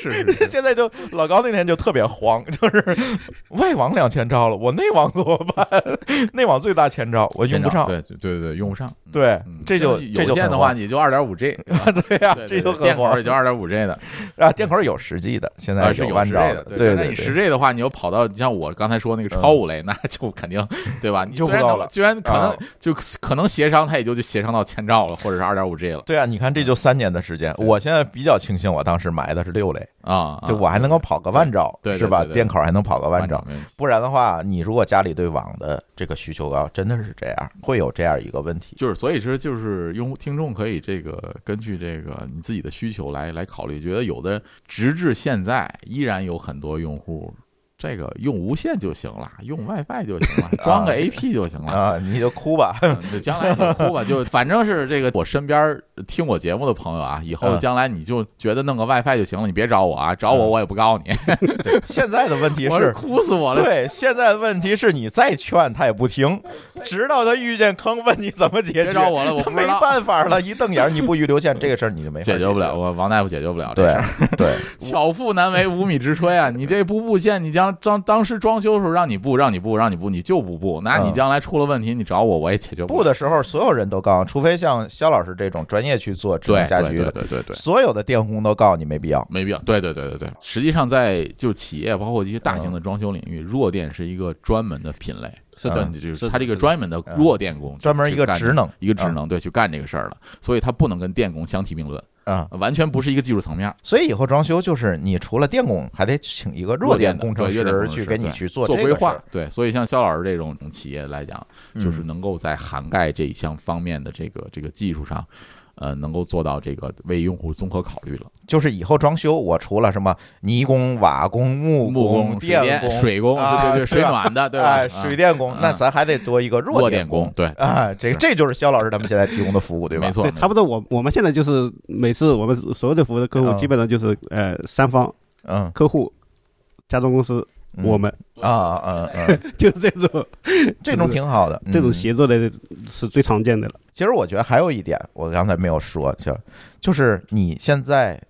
是是是。
现在就老高那天就特别慌，就是 外网两千兆了，我内网怎么办？ 内网最大千兆，我用不上。
对对对对，用不上。嗯
对
嗯，
这就
有
这就
线
很
的话，
慌。
你就二点五 G，
对呀，这
对对
就
对
很
电口
慌
也就二点五 G 的，
啊！电口儿有实际的，现在
啊是
万
十
兆
G 的，
对
对。那
对嗯
你十 G 的话，你又跑到你像我刚才说那个超五类，那就肯定对吧？你
就
虽然
不到
能
了
虽然可
啊
能就可能协商，它也就就协商到千兆了，或者是二点五 G 了
对啊，你看这就三年的时间，
对
我现在比较庆幸我当时埋的是六类，
啊。啊
就我还能够跑个万兆，
对对
是吧？
对对对
电口儿还能跑个万
万
兆。
没问题。
不然的话，你如果家里对网的这个需求高，真的是这样，会有这样一个问题。
就是，所以说，就是用户听众可以这个根据这个你自己的需求来来考虑，觉得有的直至现在依然有很多用户，这个用无线就行了，用 WiFi 就 行了，装个 AP 就行了
啊，你就哭吧，
嗯就将来你哭吧，就反正是这个我身边儿听我节目的朋友啊，以后
嗯
将来你就觉得弄个 WiFi 就行了，你别找我啊，找我
嗯
我也不告诉你，
现在的问题
我
是，
哭死我了。
对，现在的问题是你再劝他也不听，直到他遇见坑，问你怎么解
别找
决，
我了，我
他
不
没
知道，
办法了，一瞪眼儿，你不预留线，这个事儿你就没法
解
决
决不了，。我王大夫解决不了这
对
事儿。
对，
巧妇难为无米之炊啊！你这不布线，你将当当时装修的时候让你布，让你布，让你布，你就不布，那你
嗯
将来出了问题，你找我我也解决
不
了。
的时候，所有人都告，除非像肖老师这种专业去做智
对
能家
对
居
对
的，
对对对。
所有的电工都告你没必要。
没必要。对对对对对，实际上在就企业包括一些大型的装修领域，弱电是一个专门的品类，
是
嗯的
你就是
是的
它这个
是的
专门的
嗯
弱电工，
专门一个
去干
职能
一个职
嗯
能，对，去干这个事儿了，所以它不能跟电工相提并论，
啊、
完全不是一个技术层面儿。
所以以后装修就是，你除了电工，还得请一个弱
电
电
的
工程
对弱电
师
工
去给你
对
去做
做
这
规
个事
划
儿，，
对，所以像肖老师这种企业来讲，就是
嗯
能够在涵盖这一项方面的这个这个技术上。呃，能够做到这个为用户综合考虑了。
就是以后装修，我除了什么泥工、瓦工、木
木工、水
电
电、水工，
啊
对对，
对
水
吧
暖的，对吧
哎，？水
电
电工
嗯，
那咱还得多一个
弱
电
工，对，
啊，这
是
这就是肖老师他们现在提供的服务，对吧？
没错，嗯
对，差不多我我们现在就是每次我们所有的服务的客户
嗯
基本上就是呃三方
嗯，
客户、
啊
家装公司、
嗯
我们
啊，嗯嗯，
就是这种
这种挺好的，嗯
这种协作的是最常见的了。
其实我觉得还有一点，我刚才没有说，就就是你现在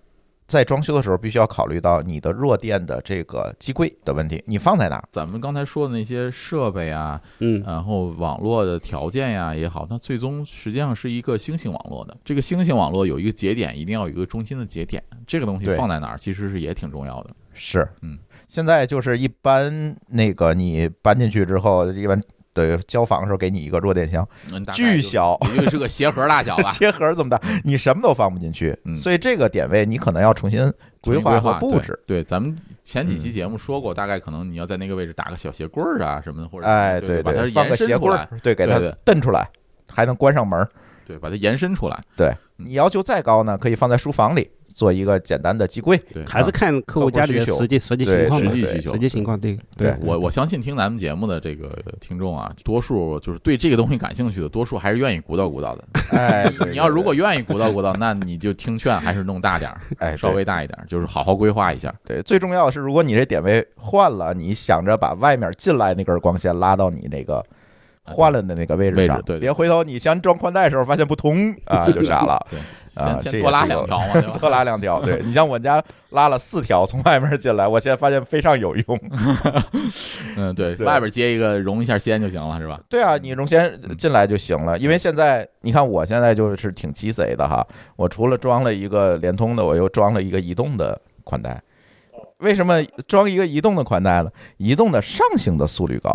在装修的时候，必须要考虑到你的弱电的这个机柜的问题，你放在哪儿？
咱们刚才说的那些设备啊，
嗯，
然后网络的条件呀也好，它最终实际上是一个星星网络的。这个星星网络有一个节点，一定要有一个中心的节点。这个东西
对
放在哪儿，其实是也挺重要的。
是，
嗯，
现在就是一般那个你搬进去之后，一般对交房的时候给你一个弱电箱，
嗯大概
巨
就
小，
也就是个鞋盒大小 吧。
鞋盒这么大，你什么都放不进去，
嗯
所以这个点位你可能要重新规
划
划和布置。嗯
对。对，咱们前几期节目说过，大概可能你要在那个位置打个小鞋柜儿啊什么的，或者
哎，
对
对
把它
放个
延
鞋
伸出
柜
来
儿，，对，给它
对对
蹬出来，还能关上门儿。
对，把它延伸出来。嗯
你要求再高呢，可以放在书房里做一个简单的机 柜。
对，
还是看客户家里的
客户需求
实际实际
对
情况
实
吧，
际
对
需求，
实际情况对
对
啊我我相信听咱们节目的这个听众啊，多数就是对这个东西感兴趣的，多数还是愿意鼓捣鼓捣的。
哎，对
你要如果
对
愿意鼓捣鼓捣，那你就听劝，还是弄大点儿，
对哎，对
稍微大一点儿，就是好好规划一下。
对，最重要的是，如果你这点位换了，你想着把外面进来那根光线拉到你那个换了的那个位置
啊位置
上，
对对。
别回头你先装宽带的时候发现不通啊，就傻了
对，
啊
先
这
先
也
多拉
是有
两条 嘛，对吧？
多拉两条，对你像我家拉了四条从外面进来，我现在发现非常有用。
嗯，对，
对
外边接一个融一下鲜就行了，是吧？
对啊，你容先进来就行了，因为现在你看，我现在就是挺鸡贼的哈，我除了装了一个联通的，我又装了一个移动的宽带。为什么装一个移动的宽带呢？移动的上行的速率高，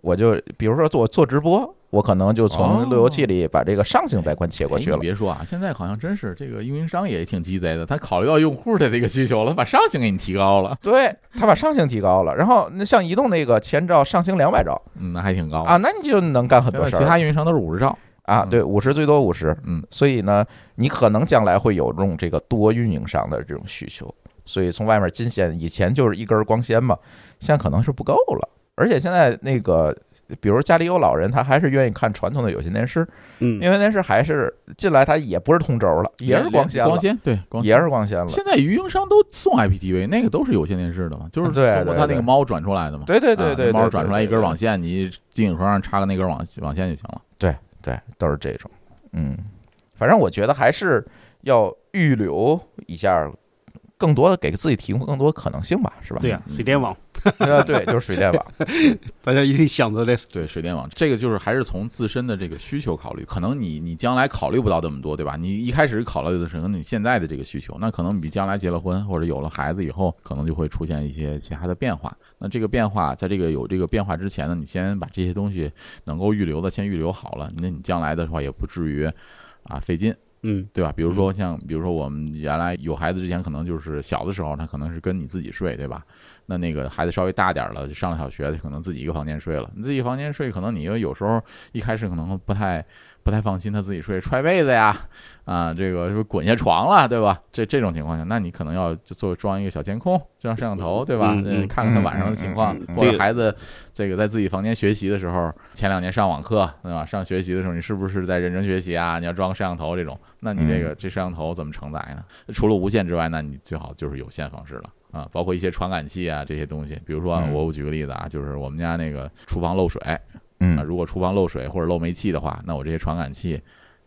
我就比如说做做直播，我可能就
哦
从路由器里把这个上行带宽切过去
哎
了
你。别说啊，现在好像真是这个运营商也挺鸡贼的，他考虑到用户的这个需求了，把上行给你提高了，
对，它把上行提高了，然后那像移动那个千兆上行两百兆
嗯，那还挺高
啊，。那你就能干很
现
多
在
事
其
儿
他运营商都是五十兆，
啊。
嗯
对，五十最多五十，
嗯，
所以呢，你可能将来会有用这个多运营商的这种需求，所以从外面进线，以前就是一根光纤嘛，现在可能是不够了，而且现在那个。比如家里有老人，他还是愿意看传统的有线电视，
嗯
因为电视还是进来，它也不是通轴了，也是
连
光纤了
光，纤对光纤
也是光纤了。
现在运营商都送 IPTV，那个都是有线电视的嘛，就是
对
通
对
过它那
对
个猫转出来的嘛。
对对对
啊
对，
那猫
对
转出来一根网，线，你进口上插个那根网网线就行了。
对，对都是这种。嗯，反正我觉得还是要预留一下，更多的给自己提供更多可能性吧，是吧？
对呀，
嗯
水电网
啊，对，就是水电网。
大家一定想着的是，
对，水电网这个就是还是从自身的这个需求考虑，可能你你将来考虑不到这么多，对吧？你一开始考虑的是可能你现在的这个需求，那可能你将来结了婚或者有了孩子以后，可能就会出现一些其他的变化。那这个变化，在这个有这个变化之前呢，你先把这些东西能够预留的先预留好了，那你将来的话也不至于啊费劲。
嗯
对吧？比如说像，比如说我们原来有孩子之前，可能就是小的时候，他可能是跟你自己睡，对吧？那那个孩子稍微大点儿了，上了小学，可能自己一个房间睡了。你自己房间睡，可能你又有时候一开始可能不太不太放心他自己睡，踹被子呀，啊，这个是滚下床了，对吧？这这种情况下，那你可能要就做装一个小监控，装摄像头，对吧？
嗯嗯
呃看看他晚上的情况
嗯嗯，嗯嗯
或
对
者孩子这个在自己房间学习的时候，前两年上网课，对吧？上学习的时候，你是不是在认真学习啊？你要装摄像头这种，那你这个这摄像头怎么承载呢？除了无线之外，那你最好就是有线方式了。啊，包括一些传感器啊这些东西，比如说啊
嗯
我举个例子啊，就是我们家那个厨房漏水啊，
嗯，
如果厨房漏水或者漏煤气的话，那我这些传感器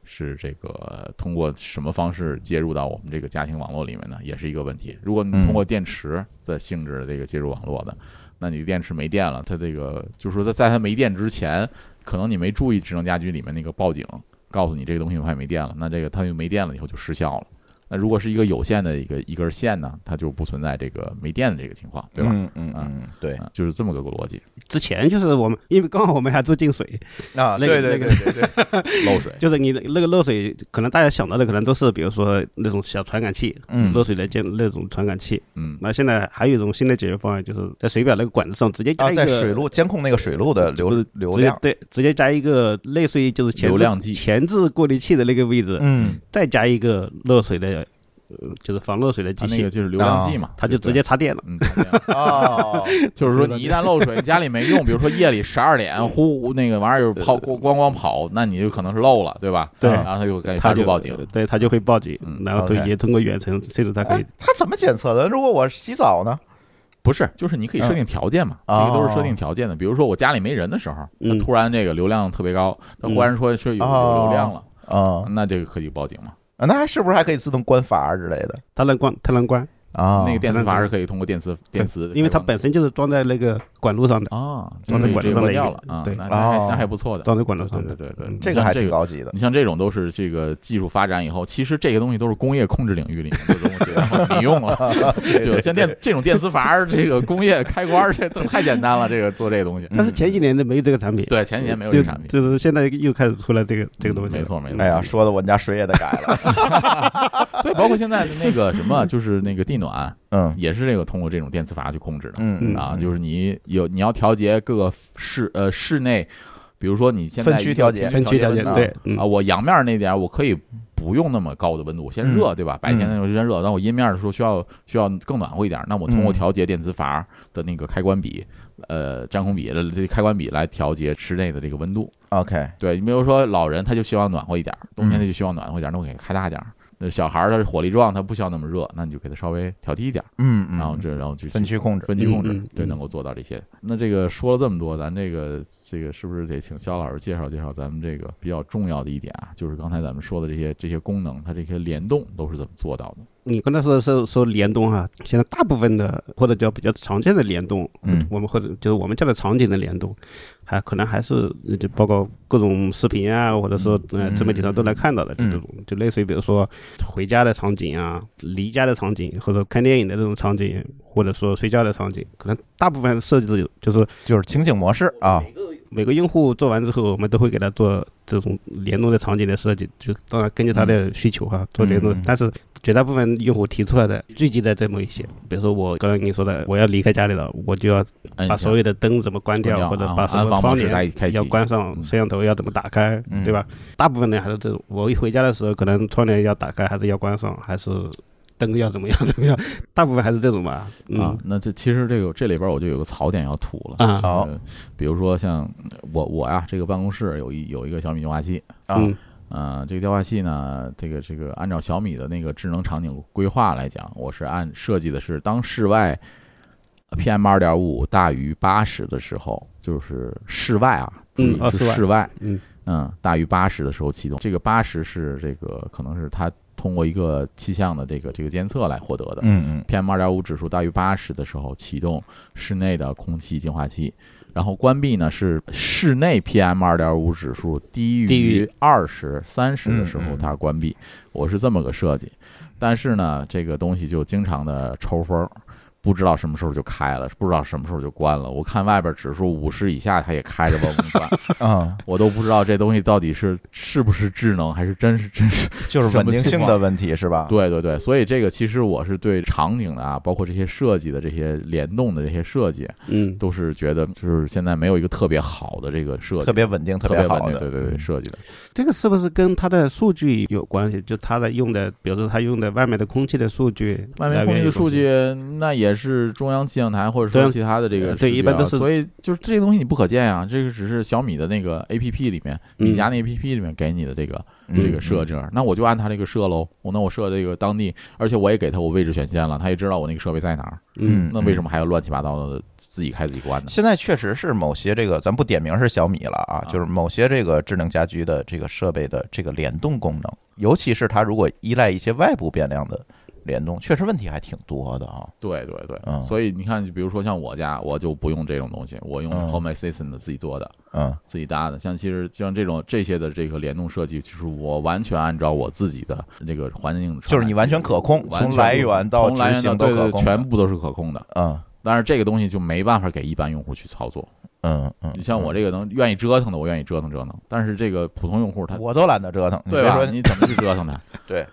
是这个通过什么方式接入到我们这个家庭网络里面呢？也是一个问题。如果你
嗯
通过电池的性质这个接入网络的，那你电池没电了，它这个就是说在在它没电之前，可能你没注意智能家居里面那个报警告诉你这个东西快没电了，那这个它就没电了以后就失效了。那如果是一个有线的一个一根线呢，它就不存在这个没电的这个情况，对吧？
嗯嗯嗯，对
啊就是这么个逻辑。
之前就是我们，因为刚好我们还住进水，
啊，
那
对
个
对对对对，
漏水，
就是你那个漏水，可能大家想到的可能都是比如说那种小传感器，
嗯
漏水的建那种传感器。
嗯，
那现在还有一种新的解决方案，就是在水表那个管子上直接
啊，
加一个、
在水路监控那个水路的流
直
流
直接
量，
对，直接加一个类似于就是前
流
置
量计
前置过滤器的那个位置，
嗯，
再加一个漏水的，呃就是防漏水的
它
机
啊那
器
个，就是流量计嘛，
啊它就直接插电了。
嗯，它这 样
哦，
就是说，你一旦漏水，家里没用，比如说夜里十二点，呼呼那个玩意儿跑咣咣咣跑，那你就可能是漏了，对吧？
对
然后他就赶紧
它
发
就呃
出哎报警。，
对，它就会报警，
嗯
然后就
OK
也通过远程，甚至它可以
哎他怎么检测的？如果我洗澡呢？
不是，就是你可以设定条件嘛，
嗯
这个都是设定条件的。比如说我家里没人的时候，
嗯
突然这个流量特别高，他忽然说是有
哦
有流量了，
啊，
那这个可以报警嘛？
啊那还是不是还可以自动关阀之类的
它能关，它能关，
啊？
那个电磁阀是可以通过电磁电磁开关的，
因为它本身就是装在那个管路上的，
啊，
装在
这
管
这
子上
关
的一
掉
个
了啊，
对
那那还
哦
那还不错的，
装在管路
对
上
对
的。
对对
嗯，
这个还挺
高。
高级的
你像这种都是这个技术发展以后，其实这个东西都是工业控制领域里面的东西，然后你用 了，就像电这种电磁阀儿，这个工业开关儿，这都太简单了，这个做这个东
嗯
西。
但是前几年都没有这个产品，
嗯对，前几年没有这
就
个产品，嗯
就是现在又开始出来这个这个东西了，
没错没错。
哎呀，说的我们家水也得改了，
对，包括现在的那个什么，就是那个地暖，
嗯
也是这个通过这种电磁阀去控制的
嗯
啊，就是你有你要调节各个室呃室内，比如说你现在
分区调节
分区条件
温度
对，嗯
啊，我阳面儿那点儿我可以不用那么高的温度，我先
嗯
热，对吧？白天的时候先热，但我阴面儿的时候需要需要更暖和一点儿。那我通过
嗯
调节电磁阀的那个开关比，呃，粘孔比的这开关比来调节室内的这个温度。
，OK，
对，你比如说老人他就希望暖和一点儿，冬天他
嗯
就希望暖和一点儿，那我给他开大点儿。那小孩儿他是火力壮，他不需要那么热，那你就给他稍微调低一点儿，
嗯嗯，
然后这然后就
分区控制，
分区控制
嗯嗯，
对，
嗯
能够做到这些。那这个说了这么多，咱这个这个是不是得请肖老师介绍介绍咱们这个比较重要的一点啊？就是刚才咱们说的这些这些功能，它这些联动都是怎么做到的？
你刚才说说说联动哈、现在大部分的或者叫比较常见的联动，
嗯
我们或者就是我们叫的场景的联动，还可能还是呃就包括各种视频啊，或者说呃
嗯
自媒体上都能看到的这
嗯
种，就类似于比如说回家的场景啊、离家的场景，或者看电影的这种场景，或者说睡觉的场景，可能大部分设置就是
就是情景模式啊，
每个用户做完之后，我们都会给他做这种联动的场景的设计，就当然根据他
嗯
的需求哈、做联动。
嗯
但是绝大部分用户提出来的聚集在这么一些，比如说我刚才跟你说的，我要离开家里了，我就要
按一下
把所有的灯怎么关掉，
关掉
或者
啊
把什
安
么
防
窗
模式开
帘
开启啊
要关上，
嗯
摄像头要怎么打开，
嗯
对吧？大部分人还是这种，我一回家的时候，可能窗帘要打开，还是要关上，还是灯要怎么样怎么样，大部分还是这种吧。
啊
嗯，
那这其实这个这里边我就有个槽点要吐了。
啊
就是
好
比如说像我我啊，这个办公室有一有一个小米净化器，
啊
嗯
呃，这个净化器呢，这个这个按照小米的那个智能场景规划来讲，我是按设计的是，当室外 PM 二点五大于八十的时候，就是室外啊，注
嗯
意
哦
是
室外
室外，
嗯
嗯，大于八十的时候启动。这个八十是这个可能是它通过一个气象的这个这个监测来获得的。
嗯
PM 二点五指数大于八十的时候启动室内的空气净化器，然后关闭呢是室内 PM 二点五指数低
低
于
于
二十三十的时
嗯
候
嗯
它关闭，我是这么个设计。但是呢，这个东西就经常的抽风儿，不知道什么时候就开了，不知道什么时候就关了。我看外边指数五十以下，它也开着嗡嗡转，
嗯啊，
我都不知道这东西到底是是不是智能，还是真是真是
就是稳定性的问题是吧？
对对对，所以这个其实我是对场景的啊，包括这些设计的这些联动的这些设计，
嗯，
都是觉得就是现在没有一个特别好的这个设计，
特别稳定，特
特别
好
稳定，嗯对
的，
对对，设计的，
这个是不是跟它的数据有关系？就它的用的，比如说它用的外面的空气的数据，
外面空
来源
气
于
数
什么，
据那也是中央气象台或者
中
说
央
其他的这个
呃对
数据啊
一般都是
所以就是这些东西你不可见啊，这个只是小米的那个 A P P 里面，
嗯
米家那 A P P 里面给你的这个
嗯
这个设置，那我就按它这个设喽，我那我设这个当地，而且我也给它我位置权限了，它也知道我那个设备在哪儿，
嗯，
那为什么还要乱七八糟的自己开自己关呢？
嗯现在确实是某些这个，咱不点名是小米了啊
啊，
就是某些这个智能家居的这个设备的这个联动功能，尤其是它如果依赖一些外部变量的联动，确实问题还挺多的啊。
对对对，
嗯
所以你看，就比如说像我家，我就不用这种东西，我用
嗯
Home Assistant 自己做的、
嗯
自己搭的。像其实像这种这些的这个联动设计，就是我完全按照我自己的这个环境，
就是你完全可控
完全
从来源到
从来源到
执行都
对
可
对，
控的
全部都是可控的。
嗯
但是这个东西就没办法给一般用户去操作。
嗯嗯，
你像我这个能愿意折腾的，我愿意折腾折腾，但是这个普通用户他
嗯，我都懒得折腾，
对
吧
吧？？你怎么去折腾它？
对，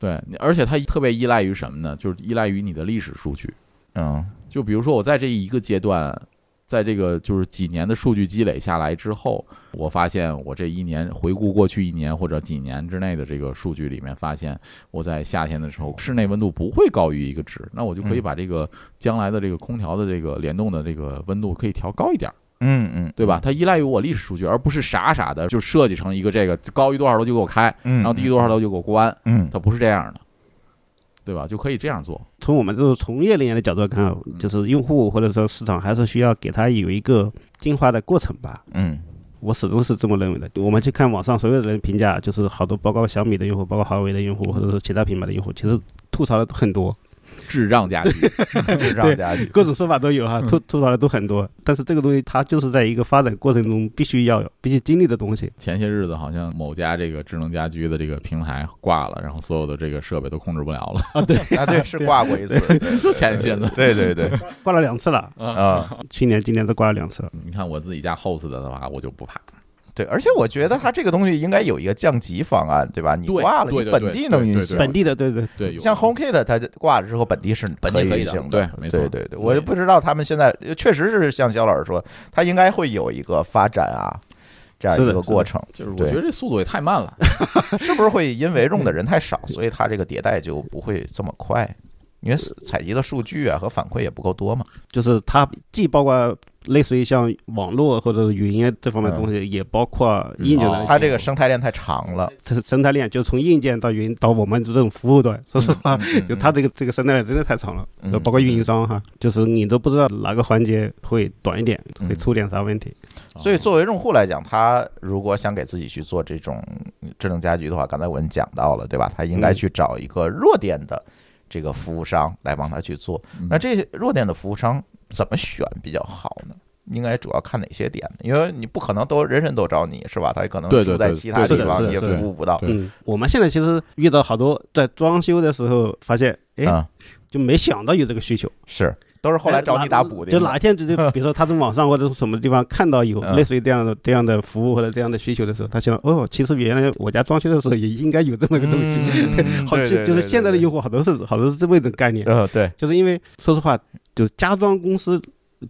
对，你而且它特别依赖于什么呢？就是依赖于你的历史数据。
嗯
就比如说我在这一个阶段，在这个就是几年的数据积累下来之后，我发现我这一年回顾过去一年或者几年之内的这个数据里面，发现我在夏天的时候室内温度不会高于一个值，那我就可以
嗯
把这个将来的这个空调的这个联动的这个温度可以调高一点儿。
嗯嗯，
对吧？？它依赖于我历史数据，而不是傻傻的就设计成一个这个高于多少楼就给我开，
嗯，
然后低于多少楼就给我关，
嗯，
它不是这样的，对吧？就可以这样做。
从我们这种从业人员的角度来看啊，就是用户或者说市场还是需要给他有一个进化的过程吧。
嗯
我始终是这么认为的。我们去看网上所有的人评价，就是好多包括小米的用户，包括华为的用户，或者说其他品牌的用户，其实吐槽的都很多，
智障家居，
嗯，智障家居，
各种说法都有
嗯
哈，吐吐槽的都很多。但是这个东西它就是在一个发展过程中必须要有、必须经历的东西。
前些日子好像某家这个智能家居的这个平台挂了，然后所有的这个设备都控制不了了。
啊，对，是挂过一次，
就前些呢，
对对对，
挂了两次了，
嗯
啊，
去年、今年都挂了两次了。
你看我自己家 host 的话，我就不怕。
嗯对，而且我觉得它这个东西应该有一个降级方案，对吧？你
对
挂了，
对
你
对
本
对
地
对
能
对
运
对
行
对。
本地的，对对，
对，有
像 HomeKit 它挂了之后，本地是
本地可
以
以
运
的
行
对没错
对对对，
所以
我就不知道他们现在确实是像肖老师说，它应该会有一个发展啊，这样
是
一
的
个过程，
就是我
对
觉得这速度也 太慢了。
是不是会因为用的人太
嗯
少，所以它这个迭代就不会这么快？因为采集的数据啊和反馈也不够多嘛。
就是它既包括类似于像网络或者语音这方面的东西，也包括硬件
嗯
的
它这个生态链太长了，
这是生态链，就从硬件到云到我们这种服务端，说实话，就它这个这个生态链真的太长了，
嗯
就包括运营商哈，就是你都不知道哪个环节会短一点，
嗯
会出点啥问题。
所以作为用户来讲，他如果想给自己去做这种智能家居的话，刚才我们讲到了，对吧？他
嗯
应该去找一个弱电的这个服务商来帮他去做。
嗯
那这弱电的服务商怎么选比较好呢？应该主要看哪些点呢？因为你不可能都人人都找你是吧？他可能
对
住
对
在
对
其他地
对的
方你
是的
也
是
服
的
务不到。
对
嗯，我们现在其实遇到好多在装修的时候发现，哎，
嗯，
就没想到有这个需求。
是，都是后来找你打补丁
哎就
的。
哪一天 就就比如说他从网上或者从什么地方看到有
嗯
类似于这样的这样的服务或者这样的需求的时候，他想哦，其实原来我家装修的时候也应该有这么个东西。
嗯
好，
对
就
对
就是
对
现在的
对
用户好多是好多是这么一种概念，
呃对，
就是因为说实话，就是家装公司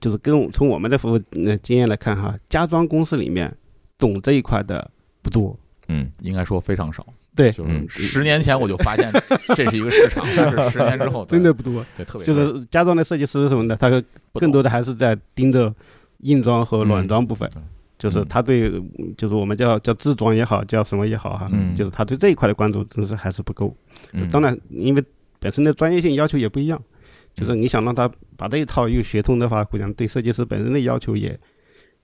就是跟我从我们的服务呃经验来看哈，家装公司里面懂这一块的不多。
嗯
应该说非常少。
对
就是十年前我就发现这是一个市场，但是十年之 后对
真的不多，
对特别
就是家装的设计师什么的，他
不
更
懂
多的还是在盯着硬装和软
嗯
装部分，
对嗯
就是他对，就是我们叫叫自装也好，叫什么也好哈，
嗯
就是他对这一块的关注真是还是不够。
嗯，
当然，因为本身的专业性要求也不一样，
嗯
就是你想让他把这一套又学通的话，估计对设计师本身的要求也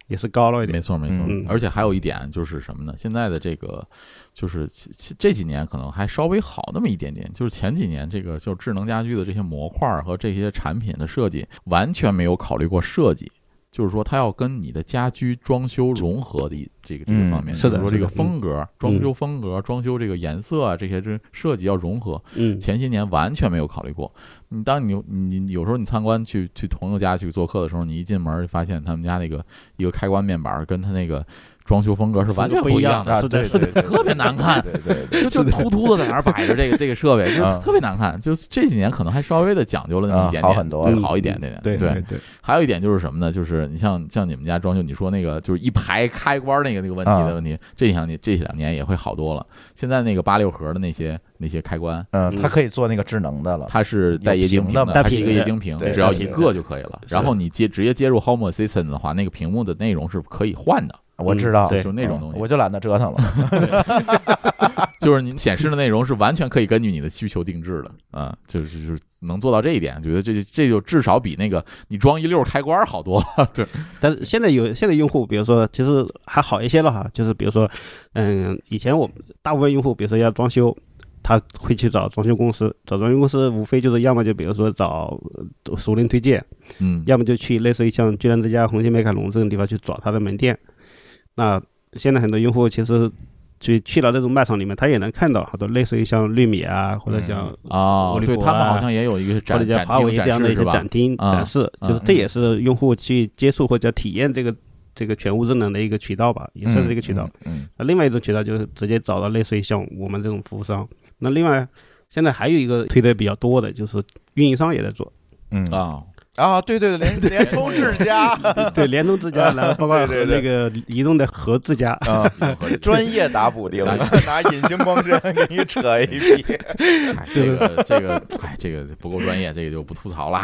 也是高了一点。
没错，没错。
嗯
而且还有一点就是什么呢？现在的这个就是其其这几年可能还稍微好那么一点点，就是前几年这个就是智能家居的这些模块儿和这些产品的设计，完全没有考虑过设计。就是说，它要跟你的家居装修融合的这个这个方面，
嗯
是的
比如说这个
是的嗯
风格、装修风格、装修这个颜色啊，这些这设计要融合。
嗯，
前些年完全没有考虑过。你当你你你有时候你参观去去朋友家去做客的时候，你一进门儿就发现他们家那个一个开关面板儿跟他那个装修风格是完全
不一
一
样
的，
啊
是的
对
是
对对
特别难看
对对对，
就就突突的在那儿摆着这个这个设备，就
嗯
特别难看。就是这几年可能还稍微的讲究了那么一点点，
啊好很多了
对好一点点点。
嗯对
对，
对，
还有一点就是什么呢？就是你像像你们家装修，你说那个就是一排开关那个那个问题的问题，这两年这两年也会好多了。现在那个八六盒的那些那些开关，
嗯，它可以做那个智能的了。
它是带液晶屏
有
的
屏的，
它是一个液晶屏，
对
只要
对
一
对
个就可以了。
是
然后你接直接接入 Home Assistant 的话，那个屏幕的内容是可以换 的，
我知道，
嗯对
就那种东
嗯我
西，
就懒得折腾了。
就是你显示的内容是完全可以根据你的需求定制的啊，就是就是能做到这一点，觉得这这就至少比那个你装一溜开关好多 了。
但是现在有现在用户，比如说其实还好一些了哈，就是比如说，嗯，以前我们大部分用户，比如说要装修，他会去找装修公司，找装修公司无非就是要么就比如说找呃熟人推荐，
嗯，
要么就去类似于像居然之家、红星美凯龙这种地方去找他的门店。那现在很多用户其实去去到那种卖场里面，他也能看到好多类似于像绿米啊，或者像
啊，
五里
对
国
他们
啊
好像也有一个
或
展
者叫
展
华
厅
为这样的一
展
些
示
展厅
啊
展示，
啊
就是这也是用户去接触或者体验这个这个全屋智能的一个渠道吧，也算是一个渠道。
嗯，
那另外一种渠道就是直接找到类似于像我们这种服务商。那另外，现在还有一个推的比较多的就是运营商也 在做，
嗯嗯
是吧啊，
啊，对对，对联联通智 家
对，联通之家，然后包括
对
和
对
那个移动的和之家，
啊，
有合理
专业打补丁， 拿隐形光纤给你扯一批。
哎这 个这个，哎，这个不够专业，这个就不吐槽了。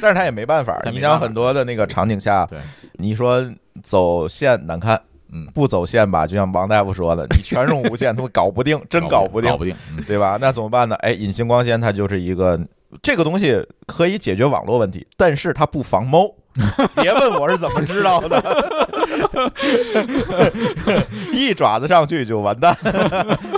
但是他也没办法，
他没
你
办
想
法
很多的那个场景下，
对，
你说走线难看，
嗯
不走线吧，就像王大夫说的，你全用无线，他们搞不定，真
搞
不
定，
定
搞，不定。嗯
对吧？那怎么办呢？哎，隐形光纤它就是一个这个东西可以解决网络问题，但是它不防猫。别问我是怎么知道的， 一爪子上去就完蛋。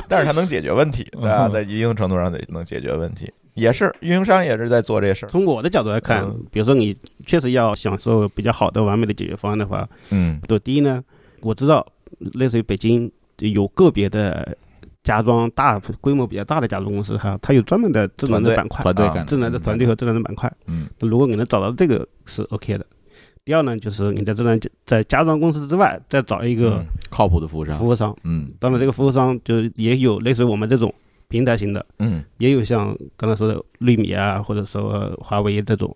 但是它能解决问题，对吧？在一定程度上得能解决问题，也是运营商也是在做这事儿。
从我的角度来看
嗯，
比如说你确实要享受比较好的、完美的解决方案的话，
嗯
对，第一呢，我知道类似于北京有个别的家装大规模比较大的家装公司哈，它有专门的智能的板块，
团队
啊
干的
智能的团队，和智能的板块。
嗯，
那如果你能找到这个是 OK 的。第二呢，就是你在智能在家装公司之外再找一个
嗯
靠谱的服务商
服，务商，
嗯，
当然这个服务商就是也有类似于我们这种平台型的，
嗯
也有像刚才说的绿米啊，或者说华为这种，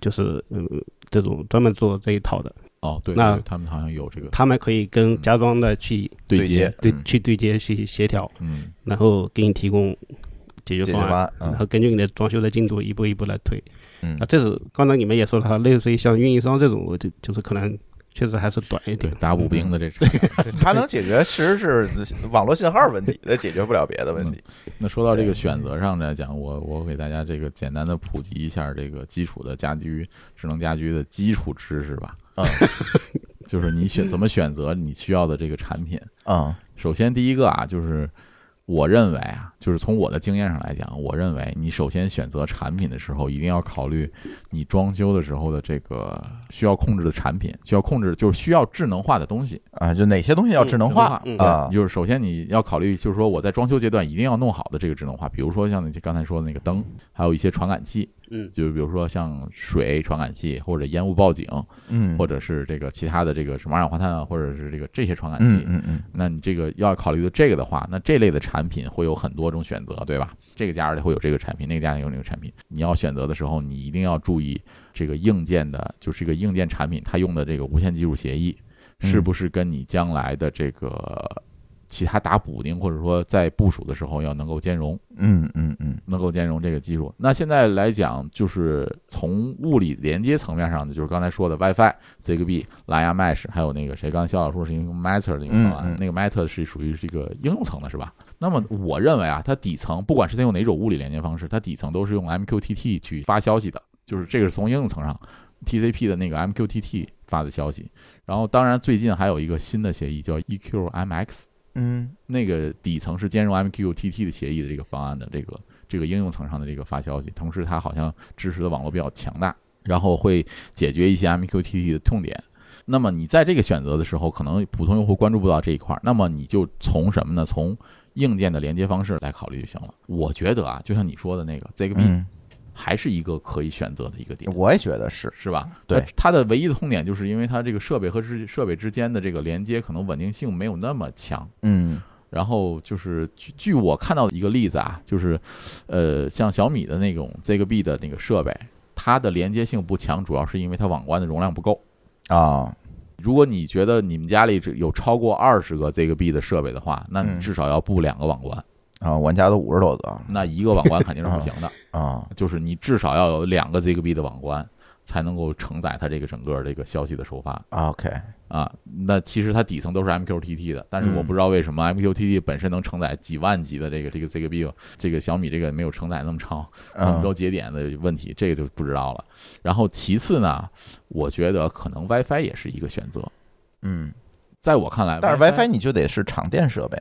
就是嗯这种专门做这一套的，
哦，对，
那
对他们好像有这个
他们可以
嗯
跟家装的去
对
对
接
接，
对
嗯，
去对接、去协调，
嗯，
然后给你提供解决
解决
方
方
案，
案，嗯
然后根据你的装修的进度一步一步来推。
嗯
啊，这是刚才你们也说了哈，类似于像运营商这种，我就就是可能确实还是短一
对
点，。
打补兵的这事。
它能解决其实是网络信号问题，它解决不了别的问题。
那说到这个选择上来讲，我我给大家这个简单的普及一下这个基础的家居智能家居的基础知识吧。
嗯，
就是你选怎么选择你需要的这个产品。
嗯
首先第一个啊，就是我认为啊，就是从我的经验上来讲，我认为你首先选择产品的时候，一定要考虑你装修的时候的这个需要控制的产品，需要控制就是需要智能化的东西。
啊，就哪些东西要智能化
嗯嗯
啊？
就是首先你要考虑，就是说我在装修阶段一定要弄好的这个智能化，比如说像你刚才说的那个灯，还有一些传感器，
嗯，
就比如说像水传感器或者烟雾报警，
嗯，
或者是这个其他的这个什么二氧化碳啊，或者是这个这些传感
嗯
器。
嗯嗯
那你这个要考虑的这个的话，那这类的产品会有很多种选择，对吧？这个家里会有这个产品，那个家里有那个产品。你要选择的时候，你一定要注意这个硬件的，就是一个硬件产品它用的这个无线技术协议，
嗯
是不是跟你将来的这个其他打补丁，或者说在部署的时候要能够兼容，
嗯嗯嗯
能够兼容这个技术。那现在来讲，就是从物理连接层面上的，就是刚才说的 WiFi、ZigBee、蓝牙 Mesh，还有那个谁，刚才肖老师说是用 Matter 的一个方案，
嗯嗯
那个 Matter 是属于这个应用层的，是吧？那么我认为啊，它底层不管是它用哪种物理连接方式，它底层都是用 MQTT 去发消息的，就是这个是从应用层上 TCP 的那个 MQTT 发的消息。然后当然最近还有一个新的协议叫 E EQMX，
嗯
那个底层是兼容 MQTT 的协议的这个方案的这个这个应用层上的这个发消息，同时它好像支持的网络比较强大，然后会解决一些 MQTT 的痛点。那么你在这个选择的时候，可能普通用户关注不到这一块儿，那么你就从什么呢？从硬件的连接方式来考虑就行了。我觉得啊，就像你说的那个 ZigBee，、
嗯，
还是一个可以选择的一个点。
我也觉得是，
是吧？
对
那它的唯一的痛点就是因为它这个设备和之设备之间的这个连接可能稳定性没有那么强，
嗯
然后就是据据我看到的一个例子啊，就是，呃，像小米的那种 ZigBee 的那个设备，它的连接性不强，主要是因为它网关的容量不够。
啊，
如果你觉得你们家里只有超过二十个 ZigBee 的设备的话，那你
嗯
至少要布两个网关，
啊，我家都五十多个
那一个网关肯定是不行的，嗯
啊，
就是你至少要有两个 ZigBee 的网关，才能够承载它这个整个这个消息的收发。
啊 OK，
啊，那其实它底层都是 MQTT 的，但是我
嗯
不知道为什么 MQTT 本身能承载几万级的这个这个 ZigBee，这个小米这个没有承载那么长，广州
嗯
节点的问题，这个就不知道了。然后其次呢，我觉得可能 WiFi 也是一个选择，
嗯
在我看来，
但是 WiFi 你就得是场电设备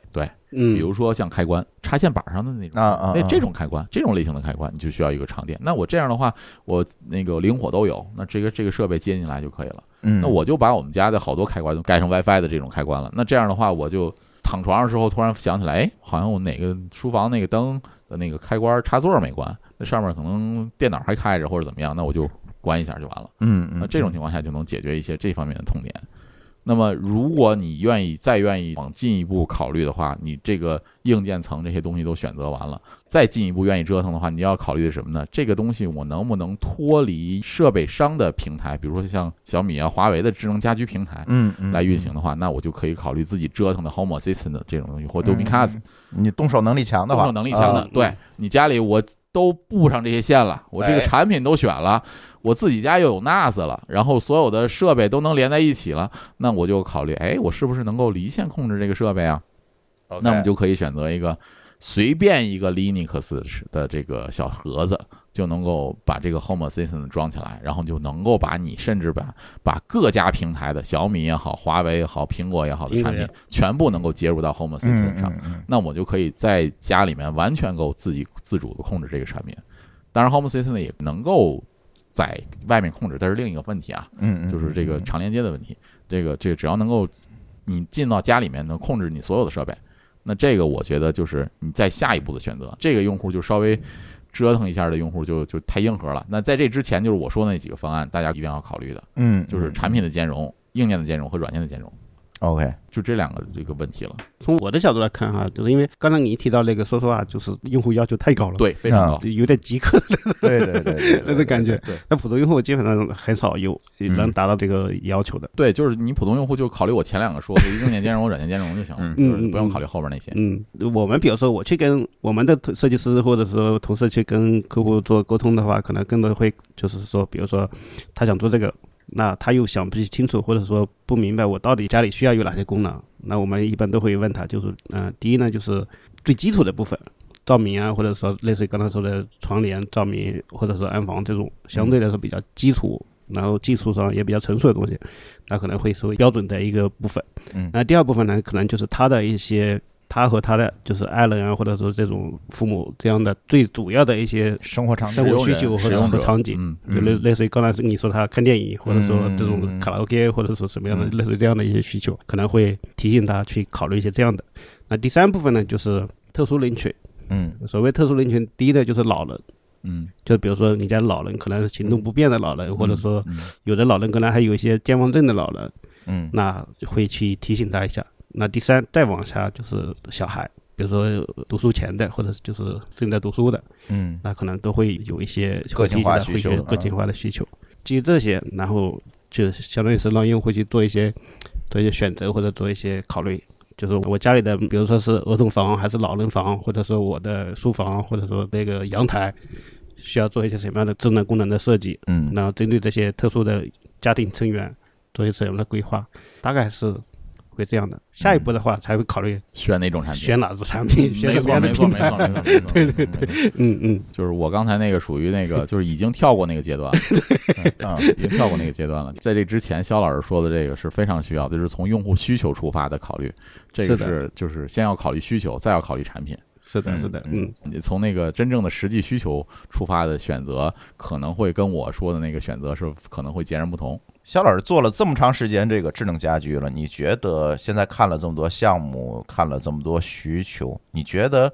嗯，
比如说像开关、插线板上的那种
啊啊，
那
啊
这种开关，这种类型的开关，你就需要一个长电。那我这样的话，我那个灵火都有，那这个这个设备接进来就可以了。
嗯，
那我就把我们家的好多开关都改成 WiFi 的这种开关了。那这样的话，我就躺床上的时候突然想起来，哎，好像我哪个书房那个灯的那个开关插座没关，那上面可能电脑还开着或者怎么样，那我就关一下就完了。
嗯嗯，
那呃这种情况下就能解决一些这方面的痛点。那么，如果你愿意再愿意往进一步考虑的话，你这个硬件层这些东西都选择完了，再进一步愿意折腾的话，你要考虑的是什么呢？这个东西我能不能脱离设备商的平台，比如说像小米啊、华为的智能家居平台
嗯嗯
来运行的话，那我就可以考虑自己折腾的 Home Assistant 这种东西，或
嗯
Domicast
你动手能力强的
动
话，
手能力强的
啊，
对你家里我都布上这些线了，我这个
哎
产品都选了，我自己家又有 NAS 了，然后所有的设备都能连在一起了，那我就考虑，哎，我是不是能够离线控制这个设备啊？
OK
那么就可以选择一个随便一个 Linux 的这个小盒子，就能够把这个 Home Assistant 装起来，然后就能够把你甚至把把各家平台的小米也好、华为也好、苹果也好的
苹果
产
也
品全部能够接入到 Home
嗯
Assistant 上。
嗯嗯
那我就可以在家里面完全够自己自主的控制这个产品。当然，Home Assistant 也能够在外面控制，但是另一个问题啊，
嗯，嗯
就是这个长连接的问题。这个这个只要能够你进到家里面能控制你所有的设备，那这个我觉得就是你在下一步的选择。这个用户就稍微折腾一下的用户就就太硬核了。那在这之前，就是我说的那几个方案，大家一定要考虑的，
嗯，嗯
就是产品的兼容、硬件的兼容和软件的兼容，
OK，
就这两个这个问题了。
嗯
从我的角度来看哈、就是因为刚才你一提到那个，说实话，就是用户要求太高了，，
对，非常
啊
高。
有点极客
对对对对，
那种感觉。
对，
那普通用户基本上很少有能
嗯
达到这个要求的。
对，就是你普通用户就考虑我前两个说的硬件兼容、软件兼容就行了，
嗯
就是不用考虑后边那些。
嗯，我们比如说我去跟我们的同设计师或者说同事去跟客户做沟通的话，可能更多会就是说，比如说他想做这个，那他又想不清楚，或者说不明白我到底家里需要有哪些功能，那我们一般都会问他，就是嗯、呃第一呢就是最基础的部分。照明啊，或者说类似于刚才说的窗帘、照明，或者说安防这种相对来说比较基础，然后技术上也比较成熟的东西，那可能会是标准的一个部分。
嗯
那第二部分呢，可能就是他的一些他和他的就是爱人啊，或者说这种父母这样的最主要的一些
生活场景
生活需
人
求
使
和
用者
和场景，
嗯，
就类类似于刚才你说他看电影，或者说这
嗯
种卡拉 OK，或者说什么样的
嗯
类似于这样的一些需求，可能会提醒他去考虑一些这样的。那第三部分呢，就是特殊人群。
嗯
所谓特殊人群，第一的就是老人，
嗯，
就比如说你家老人可能是行动不便的老人，或者说
嗯
有的老人可能还有一些健忘症的老人，
嗯
那会去提醒他一下。那第三，再往下就是小孩，比如说读书前的，或者是就是正在读书的，
嗯
那可能都会有一些
个性化需
会
求嗯
有个性化的需求。基于这些，然后就相当于是让用户去做一些做一些选择或者做一些考虑。就是我家里的，比如说是儿童房还是老人房，或者说我的书房，或者说那个阳台，需要做一些什么样的智能功能的设计？
嗯
然后针对这些特殊的家庭成员做一些什么样的规划，大概是会这样的。下一步的话才会考虑
选哪种产品？
选哪只产品，选
没
什么
错，
样的
嗯没错，
品
没
牌
错，。没错，没错。对对对，
嗯嗯，
就是我刚才那个属于那个，就是已经跳过那个阶段 了，
啊，
已经跳过那个阶段了。在这之前，肖老师说的这个是非常需要的，就是从用户需求出发的考虑，这个
是的
是就是先要考虑需求，再要考虑产品。
是的，是的，嗯，
你从那个真正的实际需求出发的选择，可能会跟我说的那个选择是可能会截然不同。
肖老师做了这么长时间这个智能家居了，你觉得现在看了这么多项目，看了这么多需求，你觉得，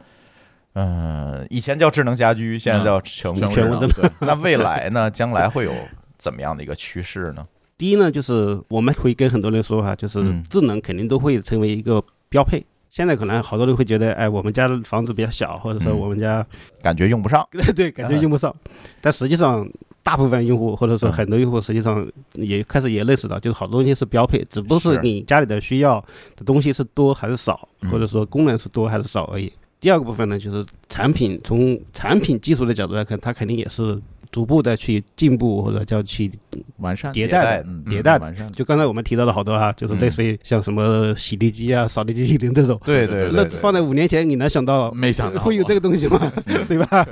嗯、以前叫智能家居，现
嗯
在叫全屋智
全
能
屋，
真
智
的
那未来呢？将来会有怎么样的一个趋势呢？
第一呢，就是我们会跟很多人说哈，就是
嗯
智能肯定都会成为一个标配。现在可能好多人会觉得，哎，我们家的房子比较小，或者说
嗯
我们家、
感觉用不上，
对感觉用不上，但实际上大部分用户或者说
嗯
很多用户实际上也开始也认识到，就是好多东西是标配，只不过
是
是你家里的需要的东西是多还是少，
嗯
或者说功能是多还是少而已。第二个部分呢，就是产品从产品技术的角度来看，它肯定也是逐步的去进步或者叫去
完善
迭
代
代的。
的
嗯
迭代
完善的。
就刚才我们提到的好多哈、就是类似于像什么洗地机啊、扫地机器人这种，
对
对
对，
那放在五年前你能想到
没想到
会有这个东 西吗？对吧？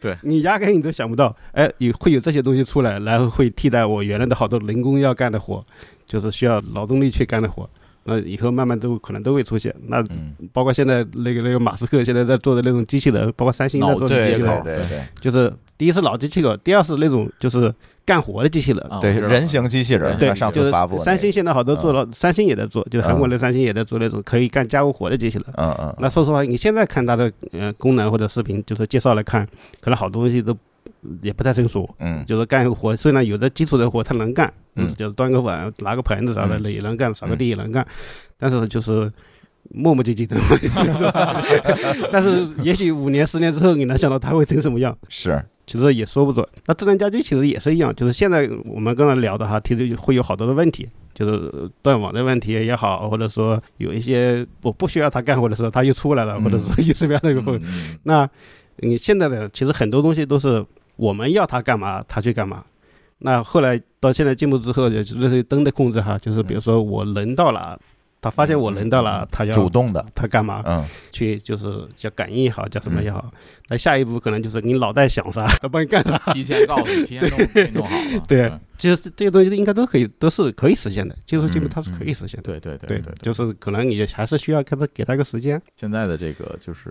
对
你压根你都想不到，哎，有会有这些东西出来，然后会替代我原来的好多人工要干的活，就是需要劳动力去干的活。那以后慢慢都可能都会出现。那
嗯，
包括现在那个那个马斯克现在在做的那种机器人，包括三星在做
脑
的
子
机
对
器
接
对
口
人，
对对
就是第一是脑机器狗，第二是那种就是干活的机器人。
啊
对，
我知道
人形机器人，
对
他，啊上
就
次发布
是
那
三星
个，嗯
现在好多做了，三星也在做，就是韩国的三星也在做那种可以干家务活的机器人。
嗯嗯嗯，
那说实话，你现在看它的呃功能或者视频，就是介绍来看，可能好多东西都也不太成熟。
嗯
就是干活，虽然有的基础的活他能干，
嗯
就是端个碗、拿个盆子啥的
嗯
也能干，扫个地也能干，但是就是磨磨唧唧 的。但是 也许五年、十年之后，你能想到他会成什么样？
是，
其实也说不准。那智能家居其实也是一样，就是现在我们刚才聊的哈，其实会有好多的问题，就是断网的问题也好，或者说有一些我不需要他干活的时候，他又出来了，
嗯
或者说又怎么样的一个
嗯嗯
那你现在的其实很多东西都是我们要它干嘛，它去干嘛。那后来到现在进步之后，也就是类似于灯的控制哈，就是比如说我人到了，它发现我人到了，它
嗯主
要
动的，
它干嘛
嗯，
去，就是叫感应也好，叫什么也好。
嗯
那下一步可能就是你脑袋想啥， 它帮你干啥。
提前告诉你，提前弄给你弄好了。 嗯
对，其实这些东西应该都可以，都是可以实现的。技术进步
嗯
它是可以实现的。
对对对
对
对，
就是可能你还是需要给它给它一个时间。
现在的这个就是，